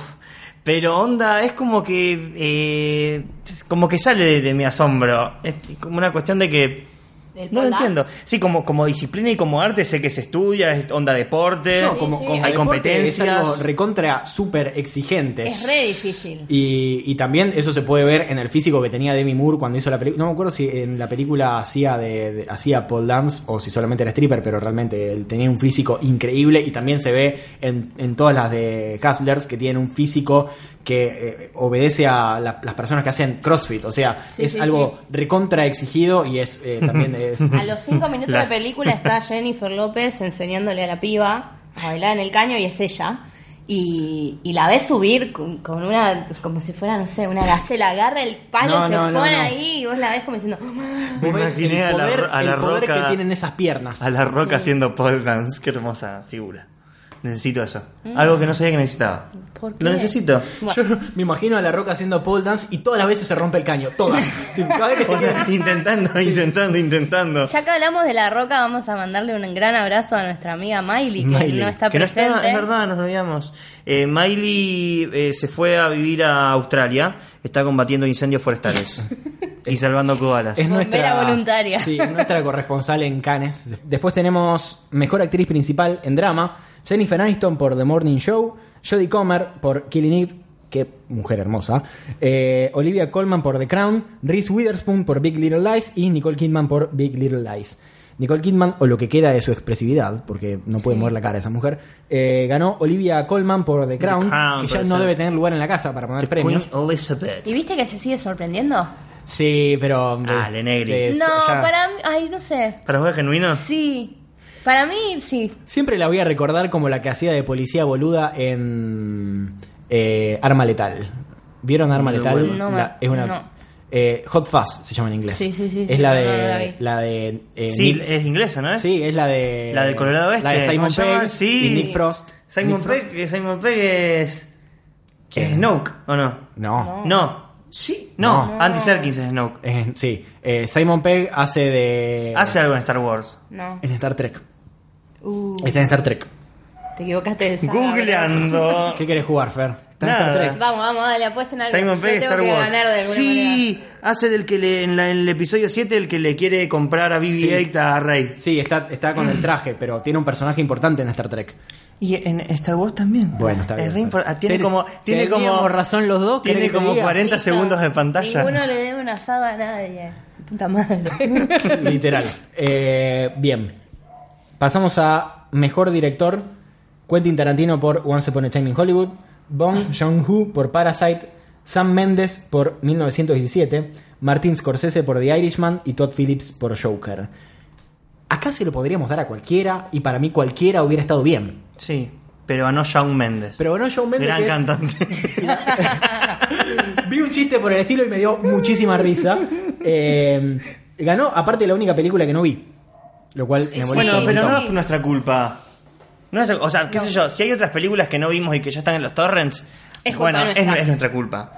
[SPEAKER 4] Pero onda, es como que, eh, es como que sale de, de mi asombro. Es como una cuestión de que
[SPEAKER 3] Del
[SPEAKER 4] no lo
[SPEAKER 3] pole dance.
[SPEAKER 4] entiendo. Sí, como, como disciplina y como arte sé que se estudia, es onda deporte.
[SPEAKER 2] No,
[SPEAKER 3] Sí,
[SPEAKER 2] como,
[SPEAKER 3] sí.
[SPEAKER 2] como
[SPEAKER 4] Hay
[SPEAKER 2] deporte es algo
[SPEAKER 4] competencias.
[SPEAKER 2] recontra súper exigente.
[SPEAKER 3] Es re difícil.
[SPEAKER 2] Y, y también eso se puede ver en el físico que tenía Demi Moore cuando hizo la película. No me acuerdo si en la película hacía de, de- hacía pole dance o si solamente era stripper, pero realmente él tenía un físico increíble y también se ve en, en todas las de Hustlers que tienen un físico que eh, obedece a la- las personas que hacen CrossFit. O sea,
[SPEAKER 3] Sí,
[SPEAKER 2] es
[SPEAKER 3] sí,
[SPEAKER 2] algo recontra exigido y es eh, también... es-
[SPEAKER 3] A los cinco minutos
[SPEAKER 4] La-
[SPEAKER 3] de película está Jennifer López enseñándole a la piba a bailar en el caño y es ella. Y, y la ve subir con, con una, como si fuera, no sé, una gacela. Agarra el palo,
[SPEAKER 2] No,
[SPEAKER 3] se
[SPEAKER 2] no,
[SPEAKER 3] pone
[SPEAKER 2] no, no.
[SPEAKER 3] ahí y vos la ves como diciendo, "Ah".
[SPEAKER 4] Me
[SPEAKER 2] Vos ves
[SPEAKER 4] imaginé
[SPEAKER 2] el
[SPEAKER 4] a la
[SPEAKER 2] poder,
[SPEAKER 4] ro- a la
[SPEAKER 2] el poder
[SPEAKER 4] roca-
[SPEAKER 2] que tienen esas piernas.
[SPEAKER 4] A la roca haciendo pole dance. Qué hermosa figura. Necesito eso. Algo que no sabía que necesitaba.
[SPEAKER 3] Mm. ¿Por qué?
[SPEAKER 4] Lo necesito.
[SPEAKER 2] Yo me imagino a La Roca haciendo pole dance y todas las veces se rompe el caño. Todas. Tipo, Cada vez que se-
[SPEAKER 4] intentando, intentando, intentando.
[SPEAKER 3] Ya que hablamos de La Roca, vamos a mandarle un gran abrazo a nuestra amiga Miley, que
[SPEAKER 2] Miley,
[SPEAKER 3] no está
[SPEAKER 4] que no
[SPEAKER 3] presente.
[SPEAKER 4] es verdad, nos olvidamos. Eh, Miley eh, se fue a vivir a Australia. Está combatiendo incendios forestales. y salvando koalas.
[SPEAKER 2] Es
[SPEAKER 3] Bombera voluntaria.
[SPEAKER 2] Sí, nuestra corresponsal en Cannes. Después tenemos mejor actriz principal en drama: Jennifer Aniston por The Morning Show, Jodie Comer por Killing Eve, qué mujer hermosa, eh, Olivia Colman por The Crown, Reese Witherspoon por Big Little Lies y Nicole Kidman por Big Little Lies. Nicole Kidman, o lo que queda de su expresividad, porque no puede mover la cara esa mujer, eh, ganó Olivia Colman por The Crown,
[SPEAKER 4] Crown,
[SPEAKER 2] que ya
[SPEAKER 4] puede
[SPEAKER 2] no
[SPEAKER 4] ser.
[SPEAKER 2] debe tener lugar en la casa para poner premios.
[SPEAKER 4] Queen Elizabeth.
[SPEAKER 3] ¿Y viste que se sigue sorprendiendo?
[SPEAKER 2] Sí, pero.
[SPEAKER 4] Ah, Lenegri.
[SPEAKER 2] eh,
[SPEAKER 3] no,
[SPEAKER 2] ya-
[SPEAKER 3] para mí. Ay, no sé.
[SPEAKER 4] ¿Para jugar genuino?
[SPEAKER 3] Sí. Para mí, sí.
[SPEAKER 2] Siempre la voy a recordar como la que hacía de policía boluda en eh, Arma Letal. ¿Vieron Arma
[SPEAKER 4] No,
[SPEAKER 2] Letal?
[SPEAKER 3] no me-
[SPEAKER 2] La- es una.
[SPEAKER 3] no.
[SPEAKER 2] eh, Hot Fuzz se llama en inglés.
[SPEAKER 3] Sí, sí, sí,
[SPEAKER 2] Es
[SPEAKER 3] sí,
[SPEAKER 2] la
[SPEAKER 3] no, no la
[SPEAKER 2] de.
[SPEAKER 3] vi.
[SPEAKER 2] la de. eh,
[SPEAKER 4] sí,
[SPEAKER 2] Nick-
[SPEAKER 4] es inglesa, ¿no es?
[SPEAKER 2] sí, es la de.
[SPEAKER 4] La del Colorado Oeste.
[SPEAKER 2] La de
[SPEAKER 4] ¿Cómo
[SPEAKER 2] Simon
[SPEAKER 4] se llama?
[SPEAKER 2] Pegg
[SPEAKER 4] Sí.
[SPEAKER 2] y Nick Frost.
[SPEAKER 4] Simon
[SPEAKER 2] Nick Frost.
[SPEAKER 4] Pegg, que Simon Pegg es. ¿Es Snoke o no?
[SPEAKER 2] No.
[SPEAKER 4] No. Sí. No,
[SPEAKER 2] No.
[SPEAKER 4] Andy Serkis es Snoke.
[SPEAKER 2] Eh, sí. Eh, Simon Pegg hace de.
[SPEAKER 4] Hace algo en Star Wars.
[SPEAKER 3] No.
[SPEAKER 2] En Star Trek.
[SPEAKER 3] Uh,
[SPEAKER 2] Está en Star Trek.
[SPEAKER 3] te equivocaste de saga,
[SPEAKER 4] Googleando.
[SPEAKER 2] ¿Qué querés jugar, Fer? Está en
[SPEAKER 4] Nada.
[SPEAKER 2] Star
[SPEAKER 3] bro.
[SPEAKER 2] Trek.
[SPEAKER 3] Vamos, vamos, dale, apuesten algo.
[SPEAKER 4] Simon
[SPEAKER 3] Ah, Yo
[SPEAKER 4] Pegg,
[SPEAKER 3] tengo
[SPEAKER 4] Star
[SPEAKER 3] que
[SPEAKER 4] Wars.
[SPEAKER 3] ganar de alguna manera.
[SPEAKER 4] Sí, hace del que le, en, la- en el episodio 7 el que le quiere comprar a BB-8 a Rey.
[SPEAKER 2] Sí, está, está con el traje, pero tiene un personaje importante en Star Trek.
[SPEAKER 4] Y en Star Wars también.
[SPEAKER 2] Bueno, está bien.
[SPEAKER 4] Es re impor- ah, tiene
[SPEAKER 2] Ten-
[SPEAKER 4] como tiene
[SPEAKER 2] teníamos
[SPEAKER 4] como
[SPEAKER 2] razón los dos, ¿querés
[SPEAKER 4] Tiene
[SPEAKER 2] que te
[SPEAKER 4] como
[SPEAKER 2] diga?
[SPEAKER 4] 40
[SPEAKER 3] Listo.
[SPEAKER 4] segundos de pantalla.
[SPEAKER 3] Ninguno le debe una saga a nadie. Puta madre.
[SPEAKER 2] Literal. Eh, bien. Pasamos a mejor director. Quentin Tarantino por Once Upon a Time in Hollywood. Bong Joon-ho por Parasite. Sam Mendes por 1917. Martin Scorsese por The Irishman. Y Todd Phillips por Joker. Acá se lo podríamos dar a cualquiera. Y para mí cualquiera hubiera estado bien.
[SPEAKER 4] Sí, pero ganó Shawn Mendes.
[SPEAKER 2] Pero no John Mendes.
[SPEAKER 4] gran
[SPEAKER 2] que es-
[SPEAKER 4] cantante.
[SPEAKER 2] Vi un chiste por el estilo y me dio muchísima risa. Eh, ganó, aparte, la única película que no vi. Lo cual me
[SPEAKER 3] Sí.
[SPEAKER 2] molesta.
[SPEAKER 4] bueno,
[SPEAKER 2] un
[SPEAKER 4] pero
[SPEAKER 2] montón.
[SPEAKER 4] no es nuestra culpa. No es nuestra- o sea, qué sé yo, si hay otras películas que no vimos y que ya están en los torrents,
[SPEAKER 3] Es culpa
[SPEAKER 4] bueno, es,
[SPEAKER 3] nuestra.
[SPEAKER 4] es nuestra culpa.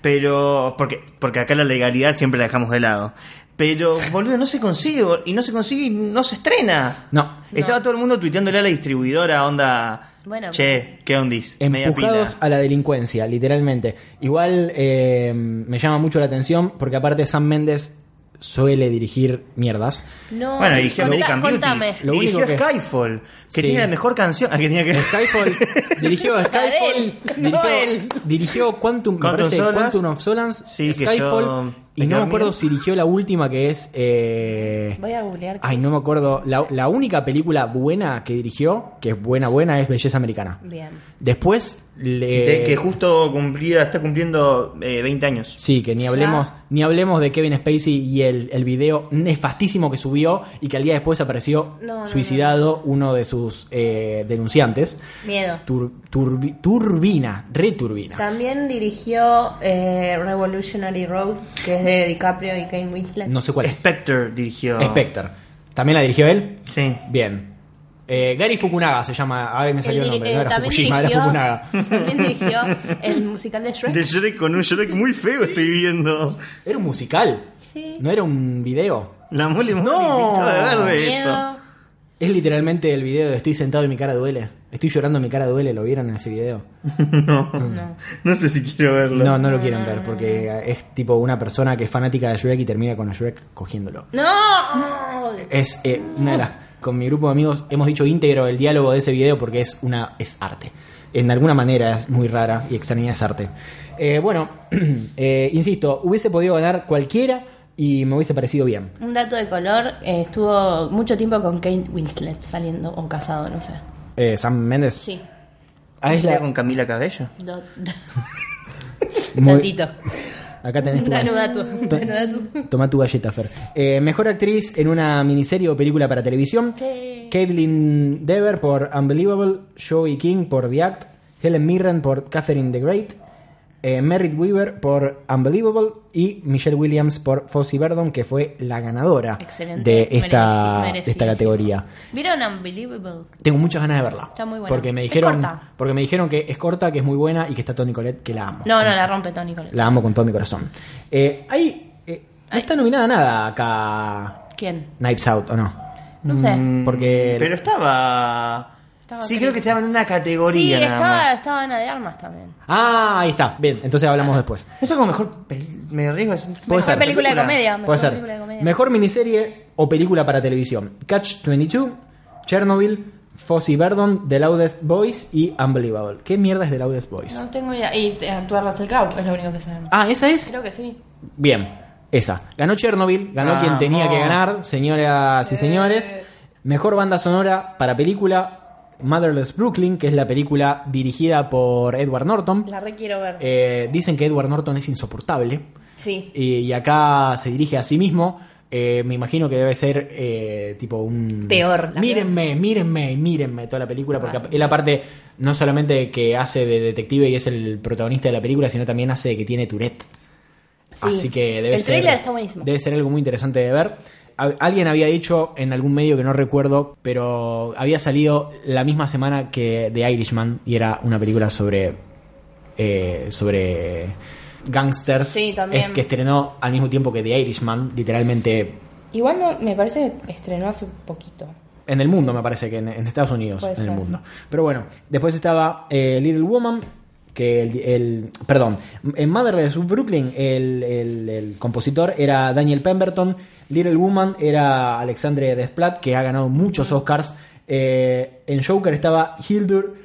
[SPEAKER 4] Pero, porque, porque acá la legalidad siempre la dejamos de lado. Pero, boludo, no se consigue, bol- y no se consigue y no se estrena.
[SPEAKER 2] No.
[SPEAKER 4] Estaba todo el mundo tuiteándole a la distribuidora, onda.
[SPEAKER 3] Bueno,
[SPEAKER 4] che, ¿qué ondis? Media
[SPEAKER 2] Empujados
[SPEAKER 4] pila.
[SPEAKER 2] a la delincuencia, literalmente. Igual eh, me llama mucho la atención porque aparte Sam Méndez suele dirigir mierdas.
[SPEAKER 3] No,
[SPEAKER 4] Bueno, dirigió
[SPEAKER 3] contá-
[SPEAKER 4] American Beauty.
[SPEAKER 3] contame.
[SPEAKER 2] Lo
[SPEAKER 4] dirigió
[SPEAKER 2] único que-
[SPEAKER 4] Skyfall, que
[SPEAKER 2] Sí.
[SPEAKER 4] tiene la mejor canción. Ah, que tenía que.
[SPEAKER 2] Skyfall dirigió
[SPEAKER 3] sea, de
[SPEAKER 2] Skyfall,
[SPEAKER 3] él,
[SPEAKER 2] dirigió,
[SPEAKER 3] no él.
[SPEAKER 2] dirigió Quantum, me
[SPEAKER 4] Quantum
[SPEAKER 2] parece,
[SPEAKER 4] Solace.
[SPEAKER 2] Quantum of Solace,
[SPEAKER 4] Sí, que
[SPEAKER 2] Skyfall
[SPEAKER 4] yo-
[SPEAKER 2] y no me
[SPEAKER 4] Dormir.
[SPEAKER 2] acuerdo si dirigió la última que es eh,
[SPEAKER 3] Voy a googlear. qué
[SPEAKER 2] Ay,
[SPEAKER 3] es.
[SPEAKER 2] no me acuerdo. La, la única película buena que dirigió, que es buena, buena, es Belleza Americana.
[SPEAKER 3] Bien.
[SPEAKER 2] Después le...
[SPEAKER 4] De que justo cumplía, está cumpliendo eh, 20 años.
[SPEAKER 2] Sí, que ni
[SPEAKER 3] Ya.
[SPEAKER 2] hablemos, ni hablemos de Kevin Spacey y el, el video nefastísimo que subió y que al día después apareció
[SPEAKER 3] No, no,
[SPEAKER 2] suicidado uno de sus eh, denunciantes.
[SPEAKER 3] Miedo.
[SPEAKER 2] Tur- turbi- turbina, returbina.
[SPEAKER 3] También dirigió eh, Revolutionary Road, que es de DiCaprio y Kane Winslet.
[SPEAKER 2] No sé cuál es.
[SPEAKER 4] Spectre dirigió.
[SPEAKER 2] Pues, Spectre. ¿También la dirigió él?
[SPEAKER 4] Sí.
[SPEAKER 2] Bien. Eh, Gary Fukunaga se llama. Ahora me salió el,
[SPEAKER 3] Él diri-
[SPEAKER 2] nombre. No
[SPEAKER 3] eh,
[SPEAKER 2] era
[SPEAKER 3] también
[SPEAKER 2] Fukushima, era
[SPEAKER 3] dirigió-
[SPEAKER 2] Fukunaga.
[SPEAKER 3] También dirigió el musical de Shrek.
[SPEAKER 4] De Shrek con un Shrek muy feo estoy viendo.
[SPEAKER 2] Era un musical.
[SPEAKER 3] Sí.
[SPEAKER 2] No era un video.
[SPEAKER 4] La mole mole
[SPEAKER 2] No.
[SPEAKER 4] pintada de verde esto.
[SPEAKER 3] Miedo.
[SPEAKER 2] Es literalmente el video de estoy sentado y mi cara duele. Estoy llorando y mi cara duele. ¿Lo vieron en ese video?
[SPEAKER 3] No.
[SPEAKER 4] No sé si quiero verlo.
[SPEAKER 2] No, no lo quieren ver porque es tipo una persona que es fanática de Shrek y termina con a Shrek cogiéndolo.
[SPEAKER 3] No.
[SPEAKER 2] Es eh, una de las... Con mi grupo de amigos hemos dicho íntegro el diálogo de ese video porque es una es arte. En alguna manera es muy rara y extraña es arte. Eh, bueno, eh, insisto, hubiese podido ganar cualquiera y me hubiese parecido bien.
[SPEAKER 3] Un dato de color, eh, estuvo mucho tiempo con Kate Winslet saliendo o casado, no sé.
[SPEAKER 2] Eh, Sam Méndez.
[SPEAKER 3] Sí.
[SPEAKER 2] Ah, es
[SPEAKER 4] ¿Era
[SPEAKER 2] la-
[SPEAKER 4] con Camila Cabello?
[SPEAKER 3] Do-
[SPEAKER 2] muy-
[SPEAKER 3] Tantito.
[SPEAKER 2] Acá tenés tu...
[SPEAKER 3] Danudato.
[SPEAKER 2] To- Toma tu galleta, Fer. Eh, mejor actriz en una miniserie o película para televisión.
[SPEAKER 3] Sí.
[SPEAKER 2] Caitlin Dever por Unbelievable. Joey King por The Act. Helen Mirren por Catherine the Great. eh, Merritt Weaver por Unbelievable. Y Michelle Williams por Fossey Verdon, que fue la ganadora
[SPEAKER 3] Excelente.
[SPEAKER 2] de esta, de
[SPEAKER 3] Mereci-
[SPEAKER 2] esta
[SPEAKER 3] merecidísimo.
[SPEAKER 2] categoría.
[SPEAKER 3] ¿Vieron Unbelievable?
[SPEAKER 2] Tengo muchas ganas de verla.
[SPEAKER 3] Está muy buena.
[SPEAKER 2] Porque me
[SPEAKER 3] Es
[SPEAKER 2] dijeron,
[SPEAKER 3] corta.
[SPEAKER 2] porque me dijeron que es corta, que es muy buena y que está Tony Colette, que la amo.
[SPEAKER 3] No, no, la rompe Tony Colette.
[SPEAKER 2] La amo con todo mi corazón. Eh, hay, eh, no está nominada a nada acá
[SPEAKER 3] ¿Quién?
[SPEAKER 2] Knives Out, ¿o no?
[SPEAKER 3] No sé.
[SPEAKER 4] Mm,
[SPEAKER 2] Porque-
[SPEAKER 4] Pero estaba...
[SPEAKER 3] Estaba
[SPEAKER 4] sí,
[SPEAKER 3] feliz.
[SPEAKER 4] creo que estaba en una
[SPEAKER 3] Sí,
[SPEAKER 4] categoría. nada
[SPEAKER 3] estaba,
[SPEAKER 4] más.
[SPEAKER 3] estaba Ana de Armas también.
[SPEAKER 2] Ah, ahí está. Bien, entonces hablamos después.
[SPEAKER 4] No está como mejor... pel- Me arriesgo. es-
[SPEAKER 2] Puede ser.
[SPEAKER 3] película de comedia. Mejor
[SPEAKER 2] Puede ser.
[SPEAKER 3] película de comedia.
[SPEAKER 2] Mejor miniserie o película para televisión. Catch 22, Chernobyl, Fossey Verdon, The Loudest Boys y Unbelievable. ¿Qué mierda es The Loudest Boys?
[SPEAKER 3] No tengo idea. Y eh, actúa Russell Crowe, es lo único que sabemos.
[SPEAKER 2] Ah, ¿esa es?
[SPEAKER 3] Creo que sí.
[SPEAKER 2] Bien. Esa. Ganó Chernobyl, ganó
[SPEAKER 4] Ah,
[SPEAKER 2] quien tenía
[SPEAKER 4] no.
[SPEAKER 2] que ganar, señoras y señores. Mejor banda sonora para película, Motherless Brooklyn, que es la película dirigida por Edward Norton.
[SPEAKER 3] La requiero ver.
[SPEAKER 2] Eh, dicen que Edward Norton es insoportable
[SPEAKER 3] sí.
[SPEAKER 2] y, y acá se dirige a sí mismo. Eh, me imagino que debe ser eh, tipo un...
[SPEAKER 3] Peor, la
[SPEAKER 2] Mírenme, mírenme, mírenme toda la película, porque él aparte no solamente que hace de detective y es el protagonista de la película, sino también hace de que tiene Tourette.
[SPEAKER 3] Sí.
[SPEAKER 2] Así que debe
[SPEAKER 3] El
[SPEAKER 2] ser.
[SPEAKER 3] tráiler está buenísimo.
[SPEAKER 2] Debe ser algo muy interesante de ver. A- Alguien había dicho en algún medio que no recuerdo, pero había salido la misma semana que The Irishman y era una película sobre. eh, sobre. gangsters.
[SPEAKER 3] Sí, también.
[SPEAKER 2] es- que estrenó al mismo tiempo que The Irishman, literalmente
[SPEAKER 3] Igual no, me parece que estrenó hace poquito.
[SPEAKER 2] en el mundo, me parece que en, en Estados Unidos,
[SPEAKER 3] Puede
[SPEAKER 2] en el
[SPEAKER 3] ser.
[SPEAKER 2] mundo. Pero bueno, después estaba eh, Little Woman, que el, el- perdón, en Motherless Brooklyn el, el- el compositor era Daniel Pemberton, Little Woman era Alexandre Desplat, que ha ganado
[SPEAKER 3] Mm.
[SPEAKER 2] muchos Oscars. Eh, en Joker estaba Hildur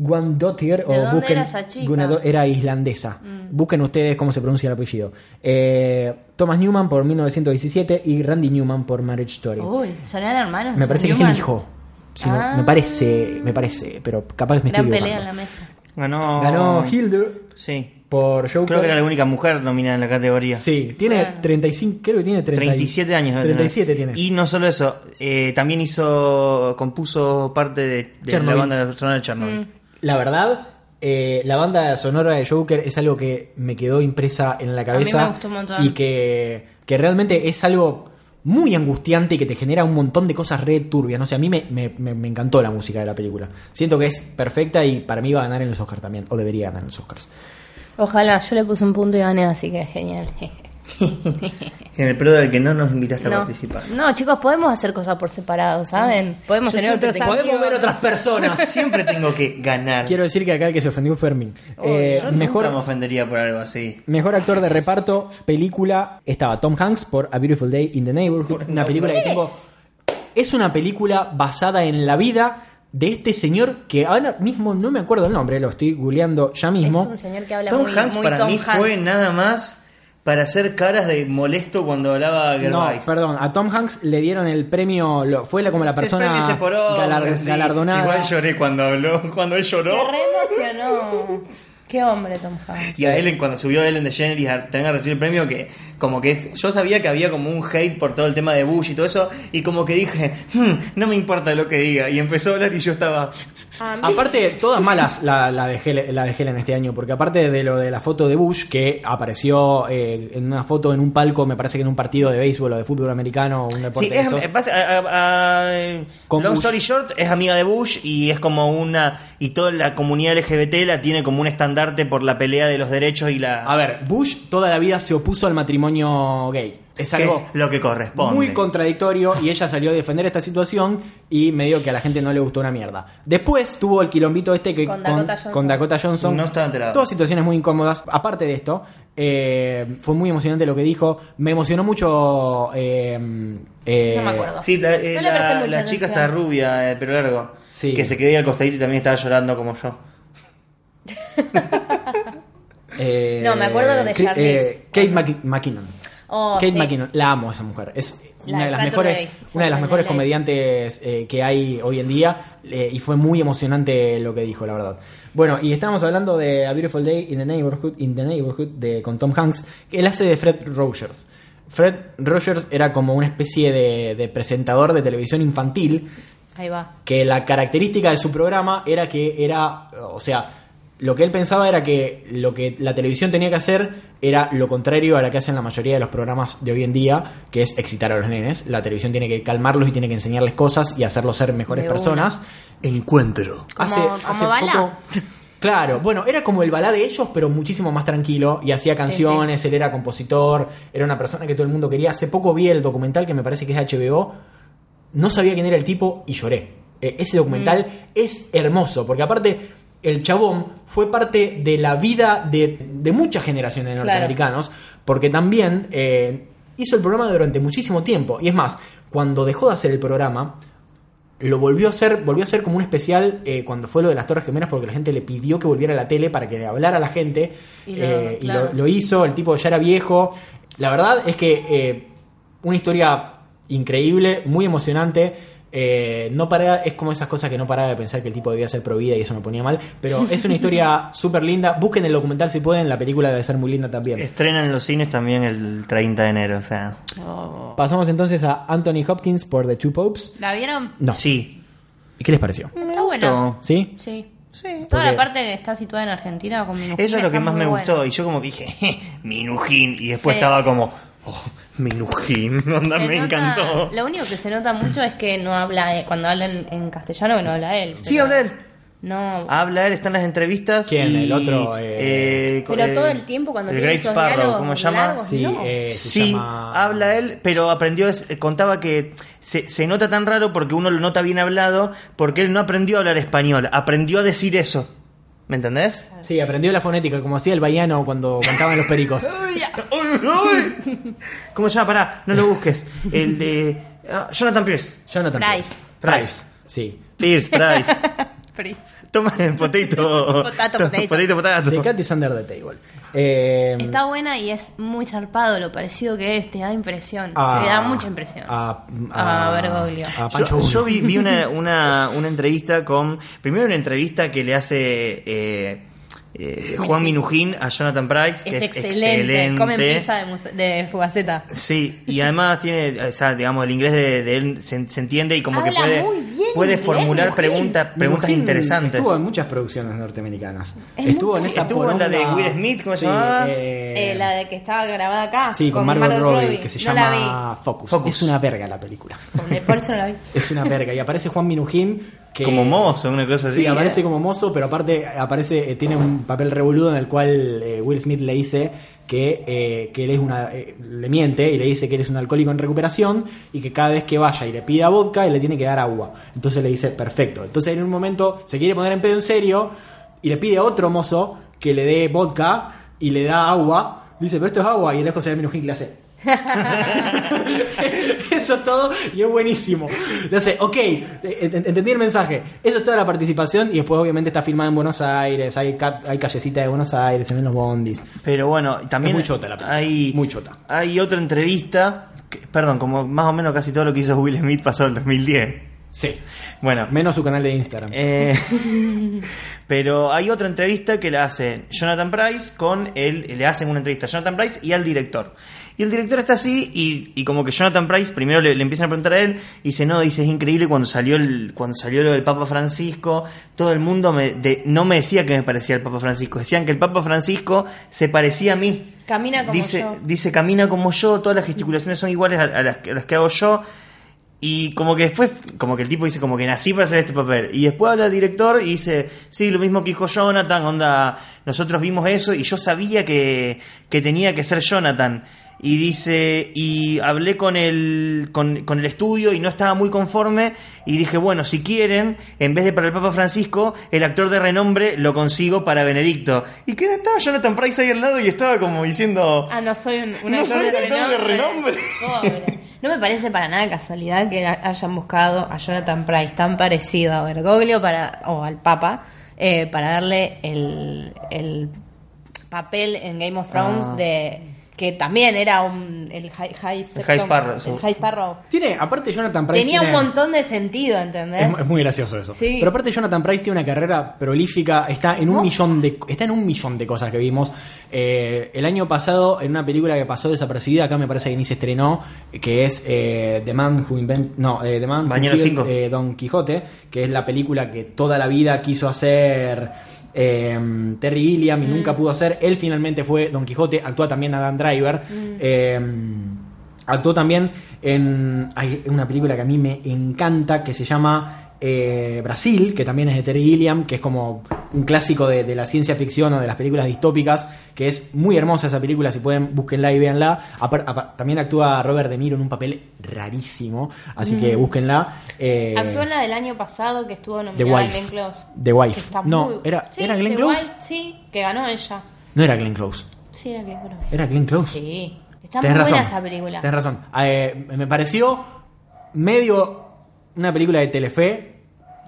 [SPEAKER 2] Guandottir, o
[SPEAKER 3] ¿De dónde
[SPEAKER 2] busquen,
[SPEAKER 3] era esa chica? Mm.
[SPEAKER 2] Gunnado- era islandesa. Busquen ustedes cómo se pronuncia el apellido. Eh, Thomas Newman por 1917 y Randy Newman por Marriage Story.
[SPEAKER 3] Uy, ¿serán hermanos?
[SPEAKER 2] Me parece que es el hijo. Si no-
[SPEAKER 3] Ah.
[SPEAKER 2] me parece, me parece, pero capaz me estoy
[SPEAKER 3] Gran pelea en la
[SPEAKER 2] equivocando.
[SPEAKER 3] mesa.
[SPEAKER 4] Ganó.
[SPEAKER 2] Ganó Hildur
[SPEAKER 4] Sí.
[SPEAKER 2] por Joker.
[SPEAKER 4] Creo que era la única mujer nominada en la categoría.
[SPEAKER 2] Sí, tiene
[SPEAKER 3] Bueno.
[SPEAKER 2] 35, creo que tiene 30
[SPEAKER 4] 37 años. debe tener.
[SPEAKER 2] 37 tiene.
[SPEAKER 4] Y no solo eso, eh, también hizo, compuso parte de, de la
[SPEAKER 2] Chernobyl.
[SPEAKER 4] banda sonora de
[SPEAKER 3] Mm.
[SPEAKER 4] Chernobyl.
[SPEAKER 2] La verdad, eh, la banda sonora de Joker es algo que me quedó impresa en la cabeza.
[SPEAKER 3] me gustó un montón.
[SPEAKER 2] Y que, que realmente es algo muy angustiante y que te genera un montón de cosas re turbias. No sé, a mí me, me- me- me encantó la música de la película. Siento que es perfecta y para mí va a ganar en los Oscars también, o debería ganar en los Oscars.
[SPEAKER 3] Ojalá, yo le puse un punto y gané, así que genial.
[SPEAKER 4] En el periodo del que no nos invitaste a
[SPEAKER 3] No.
[SPEAKER 4] participar.
[SPEAKER 3] no, chicos, podemos hacer cosas por separado, ¿saben? Podemos
[SPEAKER 4] Yo
[SPEAKER 3] tener
[SPEAKER 4] siempre
[SPEAKER 3] otros
[SPEAKER 4] tengo-
[SPEAKER 3] amigos.
[SPEAKER 2] Podemos ver otras personas.
[SPEAKER 4] Siempre tengo que ganar.
[SPEAKER 2] Quiero decir que acá el que se ofendió fue Fermín. Eh,
[SPEAKER 4] Oh, Yo nunca me
[SPEAKER 2] mejor,
[SPEAKER 4] ofendería por algo así.
[SPEAKER 2] mejor actor de reparto, película, estaba Tom Hanks por A Beautiful Day in the Neighborhood. Una película que tengo. Es una película basada en la vida de este señor que ahora mismo no me acuerdo el nombre, lo estoy googleando ya
[SPEAKER 3] Es
[SPEAKER 2] mismo.
[SPEAKER 3] un señor que habla
[SPEAKER 4] Tom
[SPEAKER 3] muy,
[SPEAKER 4] Hanks
[SPEAKER 3] muy
[SPEAKER 4] para
[SPEAKER 3] Tom
[SPEAKER 4] mí
[SPEAKER 3] Hanks.
[SPEAKER 4] fue nada más para hacer caras de molesto cuando hablaba
[SPEAKER 2] No,
[SPEAKER 4] Gervais.
[SPEAKER 2] perdón, a Tom Hanks le dieron el premio, lo- fue la, como la
[SPEAKER 4] Ese premio
[SPEAKER 2] persona
[SPEAKER 4] se poró,
[SPEAKER 2] galar-
[SPEAKER 4] sí.
[SPEAKER 2] galardonada.
[SPEAKER 4] Igual lloré cuando habló, cuando él
[SPEAKER 3] Se
[SPEAKER 4] lloró.
[SPEAKER 3] reemocionó. Qué hombre, Tom Hanks.
[SPEAKER 4] Y a Ellen, cuando subió Ellen DeGeneres a también a recibir el premio, que como que es- yo sabía que había como un hate por todo el tema de Bush y todo eso, y como que dije, "Hmm, no me importa lo que diga, y empezó a hablar y yo estaba... Um,
[SPEAKER 3] A mí-
[SPEAKER 2] Aparte, todas malas la, la, de Helen, la de Helen este año, porque aparte de lo de la foto de Bush, que apareció eh, en una foto en un palco, me parece que en un partido de béisbol o de fútbol americano, un deporte
[SPEAKER 4] Sí,
[SPEAKER 2] de
[SPEAKER 4] es,
[SPEAKER 2] esos.
[SPEAKER 4] eh, pasa- a- a- a-
[SPEAKER 2] Con
[SPEAKER 4] Long
[SPEAKER 2] Bush.
[SPEAKER 4] Story Short es amiga de Bush y es como una... Y toda la comunidad LGBT la tiene como un estandarte por la pelea de los derechos y la...
[SPEAKER 2] A ver, Bush toda la vida se opuso al matrimonio gay. Es
[SPEAKER 4] que
[SPEAKER 2] algo
[SPEAKER 4] es lo que corresponde.
[SPEAKER 2] muy contradictorio y ella salió a defender esta situación y medio que a la gente no le gustó una mierda. Después tuvo el quilombito este que
[SPEAKER 3] Con Dakota Johnson.
[SPEAKER 2] con Dakota Johnson.
[SPEAKER 4] No estaba enterado.
[SPEAKER 2] Todas situaciones muy incómodas. Aparte de esto, eh, fue muy emocionante lo que dijo. Me emocionó mucho. eh, eh,
[SPEAKER 3] No me acuerdo.
[SPEAKER 4] Sí, la, eh,
[SPEAKER 3] No le
[SPEAKER 4] la-
[SPEAKER 3] presté mucha
[SPEAKER 4] la chica
[SPEAKER 3] atención.
[SPEAKER 4] está rubia, de pelo largo.
[SPEAKER 2] Sí.
[SPEAKER 4] Que se quedó ahí al costadito y también estaba llorando como yo.
[SPEAKER 2] eh,
[SPEAKER 3] No, me acuerdo de
[SPEAKER 2] Cri-
[SPEAKER 3] Charlize.
[SPEAKER 2] eh, Kate Mc- McKinnon.
[SPEAKER 3] Oh,
[SPEAKER 2] Kate
[SPEAKER 3] sí.
[SPEAKER 2] McKinnon, la amo a esa mujer. Es
[SPEAKER 3] La
[SPEAKER 2] una de
[SPEAKER 3] de
[SPEAKER 2] las
[SPEAKER 3] Saturday,
[SPEAKER 2] mejores, una de las
[SPEAKER 3] Saturday
[SPEAKER 2] mejores
[SPEAKER 3] Night.
[SPEAKER 2] comediantes eh, que hay hoy en día eh, y fue muy emocionante lo que dijo, la verdad. Bueno, y estábamos hablando de A Beautiful Day in the Neighborhood, in the Neighborhood de con Tom Hanks, que él hace de Fred Rogers. Fred Rogers era como una especie de, de presentador de televisión infantil
[SPEAKER 3] Ahí va.
[SPEAKER 2] que la característica de su programa era que era, o sea, lo que él pensaba era que lo que la televisión tenía que hacer era lo contrario a lo que hacen la mayoría de los programas de hoy en día, que es excitar a los nenes. La televisión tiene que calmarlos y tiene que enseñarles cosas y hacerlos ser mejores
[SPEAKER 3] De una.
[SPEAKER 2] personas.
[SPEAKER 4] Encuentro.
[SPEAKER 3] Como- como Balá.
[SPEAKER 2] Claro, bueno, era como el balá de ellos, pero muchísimo más tranquilo. Y hacía canciones, él era compositor, era una persona que todo el mundo quería. Hace poco vi el documental que me parece que es de HBO. No sabía quién era el tipo y lloré. Eh, ese documental es hermoso, porque aparte, el chabón fue parte de la vida de, de muchas generaciones de
[SPEAKER 3] Claro.
[SPEAKER 2] norteamericanos, porque también eh, hizo el programa durante muchísimo tiempo. Y es más, cuando dejó de hacer el programa, lo volvió a hacer, volvió a hacer como un especial eh, cuando fue lo de las Torres Gemelas, porque la gente le pidió que volviera a la tele para que le hablara a la gente.
[SPEAKER 3] Y lo-
[SPEAKER 2] eh, y
[SPEAKER 3] claro.
[SPEAKER 2] lo- lo hizo, el tipo ya era viejo. La verdad es que eh, una historia increíble, muy emocionante. eh, no para, es como esas cosas que no paraba de pensar que el tipo debía ser pro vida y eso me ponía mal. Pero es una historia súper linda. Busquen el documental si pueden, la película debe ser muy linda también.
[SPEAKER 5] Estrenan en los cines también el 30 de enero, o sea.
[SPEAKER 2] Pasamos entonces a Anthony Hopkins por The Two Popes.
[SPEAKER 3] Oh. ¿La vieron?
[SPEAKER 2] No.
[SPEAKER 5] Sí.
[SPEAKER 2] ¿Y qué les pareció?
[SPEAKER 3] Está buena.
[SPEAKER 2] ¿Sí?
[SPEAKER 3] Sí.
[SPEAKER 5] Sí.
[SPEAKER 3] Toda
[SPEAKER 2] Porque-
[SPEAKER 3] la parte que está situada en Argentina con Minujín
[SPEAKER 5] Eso es lo
[SPEAKER 3] está
[SPEAKER 5] que más
[SPEAKER 3] muy
[SPEAKER 5] me
[SPEAKER 3] buena.
[SPEAKER 5] gustó. Y yo como que dije, "Je, Minujín. Y después
[SPEAKER 3] Sí.
[SPEAKER 5] estaba como, oh, Minujín. Onda,
[SPEAKER 3] Se
[SPEAKER 5] me
[SPEAKER 3] nota-
[SPEAKER 5] encantó.
[SPEAKER 3] Lo único que se nota mucho es que no habla él, cuando hablan en castellano que no habla él.
[SPEAKER 5] Sí,
[SPEAKER 3] Pero-
[SPEAKER 5] habla Ah, él.
[SPEAKER 3] No.
[SPEAKER 5] Habla él, está en las entrevistas.
[SPEAKER 2] ¿Quién?
[SPEAKER 5] y,
[SPEAKER 2] El otro, eh,
[SPEAKER 5] eh,
[SPEAKER 3] Pero
[SPEAKER 5] eh,
[SPEAKER 3] todo el tiempo cuando
[SPEAKER 5] el
[SPEAKER 3] tiene
[SPEAKER 5] Great
[SPEAKER 3] esos
[SPEAKER 5] Sparrow,
[SPEAKER 3] diálogos
[SPEAKER 5] ¿cómo se llama?
[SPEAKER 3] largos,
[SPEAKER 2] Sí,
[SPEAKER 3] no.
[SPEAKER 2] eh, se
[SPEAKER 5] Sí,
[SPEAKER 2] llama-
[SPEAKER 5] habla él, pero aprendió, es- eh, contaba que se, se nota tan raro porque uno lo nota bien hablado, porque él no aprendió a hablar español, aprendió a decir eso. ¿Me entendés?
[SPEAKER 2] Sí, aprendió la fonética, como hacía el baiano cuando cantaban los pericos.
[SPEAKER 5] ¿Cómo se llama? Pará, no lo busques. El de ah, Jonathan Pierce.
[SPEAKER 2] Jonathan
[SPEAKER 3] Price.
[SPEAKER 2] Price.
[SPEAKER 5] Price.
[SPEAKER 2] Price. Sí.
[SPEAKER 5] Pierce, Price.
[SPEAKER 3] Pero-
[SPEAKER 5] Toma el potato.
[SPEAKER 3] Potato,
[SPEAKER 5] to-
[SPEAKER 3] potato.
[SPEAKER 5] Potato, potato.
[SPEAKER 2] The Cat is Under the Table. Eh,
[SPEAKER 3] Está buena y es muy zarpado lo parecido que es, te da impresión.
[SPEAKER 2] a-
[SPEAKER 5] Ah.
[SPEAKER 3] Se le da mucha impresión.
[SPEAKER 2] A,
[SPEAKER 3] A Bergoglio.
[SPEAKER 2] a Pancho
[SPEAKER 5] Yo,
[SPEAKER 2] Uno.
[SPEAKER 5] yo vi, vi una, una, una entrevista con. Primero, una entrevista que le hace eh, eh, Juan Minujín a Jonathan Price. que
[SPEAKER 3] es, excelente. Comen pizza de, muse- de fugaceta.
[SPEAKER 5] Sí, y además tiene, o sea, digamos, el inglés de, de él se, se entiende y como
[SPEAKER 3] Habla
[SPEAKER 5] que puede,
[SPEAKER 3] muy bien
[SPEAKER 5] puede
[SPEAKER 3] inglés,
[SPEAKER 5] formular
[SPEAKER 3] Minujín.
[SPEAKER 5] preguntas preguntas
[SPEAKER 2] Minujín
[SPEAKER 5] interesantes.
[SPEAKER 2] Estuvo en muchas producciones norteamericanas.
[SPEAKER 3] Es
[SPEAKER 2] estuvo
[SPEAKER 3] muy-
[SPEAKER 2] en
[SPEAKER 5] Sí,
[SPEAKER 2] esa
[SPEAKER 5] estuvo en la
[SPEAKER 2] poronga-
[SPEAKER 5] de Will Smith, ¿cómo se
[SPEAKER 2] Sí,
[SPEAKER 5] llamaba?
[SPEAKER 2] eh,
[SPEAKER 3] Eh, la de que estaba grabada acá.
[SPEAKER 2] Sí, con, Margot, Robbie, que se
[SPEAKER 3] no la
[SPEAKER 2] llama Focus.
[SPEAKER 5] Focus.
[SPEAKER 2] Es una verga la película.
[SPEAKER 3] vi. Por eso no la vi.
[SPEAKER 2] Es una verga. Y aparece Juan Minujín. Que,
[SPEAKER 5] Como mozo, una cosa así.
[SPEAKER 2] Sí, aparece como mozo, pero aparte aparece eh, tiene un papel revoludo en el cual eh, Will Smith le dice que, eh, que él es una eh, le miente y le dice que él es un alcohólico en recuperación y que cada vez que vaya y le pida vodka él le tiene que dar agua. Entonces le dice, "Perfecto." Entonces en un momento se quiere poner en pedo en serio y le pide a otro mozo que le dé vodka y le da agua. Le dice, "Pero esto es agua." Y el José Minujín que le hace eso es todo y es buenísimo. Lo sé, ok, en- en- entendí el mensaje. Eso es toda la participación y después obviamente está filmada en Buenos Aires, hay, ca- hay callecita de Buenos Aires, se ven los bondis.
[SPEAKER 5] Pero bueno, también
[SPEAKER 2] Es muy chota la película,
[SPEAKER 5] hay
[SPEAKER 2] muy chota.
[SPEAKER 5] Hay otra entrevista, que- perdón, como más o menos casi todo lo que hizo Will Smith pasó en el 2010.
[SPEAKER 2] Sí.
[SPEAKER 5] Bueno,
[SPEAKER 2] Menos su canal de Instagram.
[SPEAKER 5] eh, pero hay otra entrevista que la hace Jonathan Price con él, le hacen una entrevista a Jonathan Price y al director. Y el director está así y, y como que Jonathan Price primero le, le empiezan a preguntar a él y dice, no, dice, es increíble cuando salió el, cuando salió lo del Papa Francisco, todo el mundo me, de- no me decía que me parecía el Papa Francisco, decían que el Papa Francisco se parecía a mí.
[SPEAKER 3] Camina como
[SPEAKER 5] dice,
[SPEAKER 3] yo.
[SPEAKER 5] Dice, camina como yo, todas las gesticulaciones son iguales a, a las, que- a las que hago yo. Y como que después, como que el tipo dice, como que nací para hacer este papel. Y después habla el director y dice, sí, lo mismo que dijo Jonathan, onda, nosotros vimos eso y yo sabía que, que tenía que ser Jonathan. Y dice, y hablé con el, con, con el estudio y no estaba muy conforme. Y dije, bueno, si quieren, en vez de para el Papa Francisco, el actor de renombre lo consigo para Benedicto. Y queda, estaba Jonathan Price ahí al lado y estaba como diciendo,
[SPEAKER 3] Ah, no soy un, una
[SPEAKER 5] No soy un actor de renombre.
[SPEAKER 3] Pobre. No me parece para nada casualidad que ha- hayan buscado a Jonathan Price tan parecido a Bergoglio para, o al Papa eh, para darle el, el papel en Game of Thrones
[SPEAKER 5] Ah.
[SPEAKER 3] de que también era un el High, high, Septon-
[SPEAKER 5] High Sparrow,
[SPEAKER 3] el
[SPEAKER 5] sí.
[SPEAKER 3] High Sparrow.
[SPEAKER 2] Tiene, aparte Jonathan Price.
[SPEAKER 3] Tenía un
[SPEAKER 2] tiene-
[SPEAKER 3] montón de sentido, ¿entendés?
[SPEAKER 2] Es, es muy gracioso eso.
[SPEAKER 3] Sí.
[SPEAKER 2] Pero aparte Jonathan Price tiene una carrera prolífica, está en un
[SPEAKER 3] Hermosa.
[SPEAKER 2] millón de está en un millón de cosas que vimos. Eh, el año pasado, en una película que pasó desapercibida, acá me parece que ni se estrenó, que es eh, The Man Who Invent no, eh, The Man Who
[SPEAKER 5] Bañero
[SPEAKER 2] Killed,
[SPEAKER 5] cinco.
[SPEAKER 2] eh, Don Quijote, que es la película que toda la vida quiso hacer eh, Terry Gilliam y nunca pudo hacer. Él finalmente fue Don Quijote, actúa también Adam Driver. Eh, Actuó también en hay una película que a mí me encanta que se llama eh, Brasil, que también es de Terry Gilliam, que es como un clásico de, de la ciencia ficción o de las películas distópicas, que es muy hermosa esa película, si pueden búsquenla y véanla. Apar- apar- también actúa Robert De Niro en un papel rarísimo, así que búsquenla. eh,
[SPEAKER 3] Actuó en la del año pasado que estuvo
[SPEAKER 2] The
[SPEAKER 3] nominada a Glenn
[SPEAKER 2] Wife.
[SPEAKER 3] Close.
[SPEAKER 2] The
[SPEAKER 3] que
[SPEAKER 2] Wife.
[SPEAKER 3] está
[SPEAKER 2] No,
[SPEAKER 3] muy-
[SPEAKER 2] era,
[SPEAKER 3] Sí,
[SPEAKER 2] ¿era Glenn
[SPEAKER 3] The
[SPEAKER 2] Close?
[SPEAKER 3] Wife, sí, que ganó ella.
[SPEAKER 2] No era Glenn Close,
[SPEAKER 3] Sí, era Glenn Close.
[SPEAKER 2] era Glenn Close.
[SPEAKER 3] Sí. Está
[SPEAKER 2] Tenés
[SPEAKER 3] muy
[SPEAKER 2] razón.
[SPEAKER 3] buena esa película.
[SPEAKER 2] Tenés razón. Eh, me pareció medio una película de Telefe,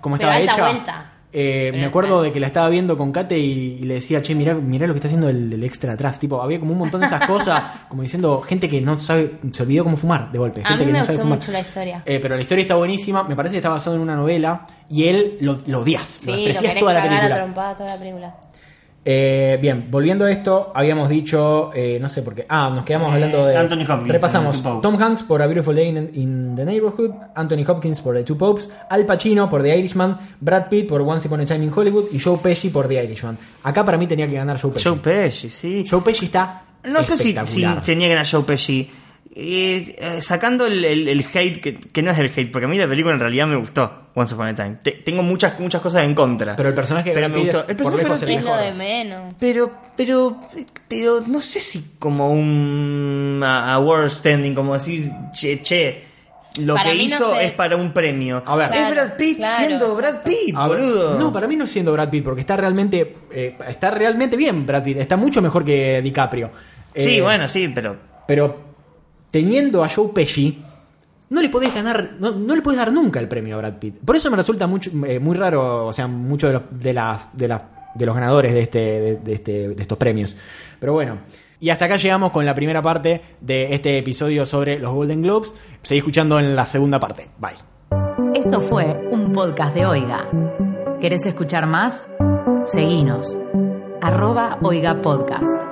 [SPEAKER 2] como
[SPEAKER 3] Pero
[SPEAKER 2] estaba
[SPEAKER 3] alta
[SPEAKER 2] hecha.
[SPEAKER 3] vuelta.
[SPEAKER 2] Eh, me acuerdo de que la estaba viendo con Kate y, y le decía, che, mirá, mirá lo que está haciendo el, el extra atrás. Tipo, había como un montón de esas cosas, como diciendo, gente que no sabe, se olvidó cómo fumar de golpe.
[SPEAKER 3] A
[SPEAKER 2] gente
[SPEAKER 3] mí
[SPEAKER 2] que
[SPEAKER 3] me
[SPEAKER 2] no sabe
[SPEAKER 3] gustó
[SPEAKER 2] fumar.
[SPEAKER 3] mucho la historia.
[SPEAKER 2] Eh, pero la historia está buenísima, me parece que está basada en una novela y él lo, lo odias, lo
[SPEAKER 3] Sí, lo
[SPEAKER 2] desprecias
[SPEAKER 3] querés
[SPEAKER 2] toda la
[SPEAKER 3] cagar a
[SPEAKER 2] película.
[SPEAKER 3] trompada toda la película.
[SPEAKER 2] Eh, bien, volviendo a esto, habíamos dicho, eh, no sé por qué, ah, nos quedamos
[SPEAKER 5] Eh,
[SPEAKER 2] hablando de...
[SPEAKER 5] Anthony Hopkins,
[SPEAKER 2] Repasamos.
[SPEAKER 5] The Two Popes.
[SPEAKER 2] Tom Hanks por A Beautiful Day in, in the Neighborhood, Anthony Hopkins por The Two Popes, Al Pacino por The Irishman, Brad Pitt por Once Upon a Time in Hollywood y Joe Pesci por The Irishman. Acá para mí tenía que ganar Joe Pesci.
[SPEAKER 5] Joe
[SPEAKER 2] Joe,
[SPEAKER 5] Pesci, sí.
[SPEAKER 2] Pesci está...
[SPEAKER 5] No sé si, si
[SPEAKER 2] espectacular.
[SPEAKER 5] tenía que ganar Joe Pesci. Eh, eh, sacando el, el- el hate, que, que no es el hate, porque a mí la película en realidad me gustó, Once Upon a Time. Te- tengo muchas, muchas cosas en contra.
[SPEAKER 2] Pero el personaje de
[SPEAKER 5] Pero
[SPEAKER 2] Brad
[SPEAKER 5] me
[SPEAKER 2] Pitt
[SPEAKER 5] gustó.
[SPEAKER 2] es
[SPEAKER 5] El
[SPEAKER 2] por lejos
[SPEAKER 5] personaje de
[SPEAKER 2] el
[SPEAKER 5] Brad
[SPEAKER 3] Es lo
[SPEAKER 2] mejor.
[SPEAKER 3] de menos.
[SPEAKER 5] Pero, pero, pero no sé si como un a- award standing, como decir, che, che, lo
[SPEAKER 3] Para
[SPEAKER 5] que
[SPEAKER 3] mí no
[SPEAKER 5] hizo
[SPEAKER 3] sé.
[SPEAKER 5] es para un premio.
[SPEAKER 2] A ver.
[SPEAKER 5] es
[SPEAKER 3] Claro,
[SPEAKER 5] Brad Pitt
[SPEAKER 3] claro,
[SPEAKER 5] siendo Brad Pitt,
[SPEAKER 2] A ver,
[SPEAKER 5] boludo.
[SPEAKER 2] No, para mí no siendo Brad Pitt, porque está realmente, eh, está realmente bien Brad Pitt, está mucho mejor que DiCaprio.
[SPEAKER 5] Sí,
[SPEAKER 2] Eh,
[SPEAKER 5] bueno, sí, pero
[SPEAKER 2] Pero teniendo a Joe Pesci, no le podés ganar, no, no le podés dar nunca el premio a Brad Pitt. Por eso me resulta mucho, eh, muy raro, o sea, muchos de los, de las, de las- de los ganadores de, este, de, de este, de estos premios. Pero bueno. Y hasta acá llegamos con la primera parte de este episodio sobre los Golden Globes. Seguí escuchando en la segunda parte. Bye.
[SPEAKER 1] Esto fue un podcast de Oiga. ¿Querés escuchar más? Seguinos. Arroba Oiga Podcast.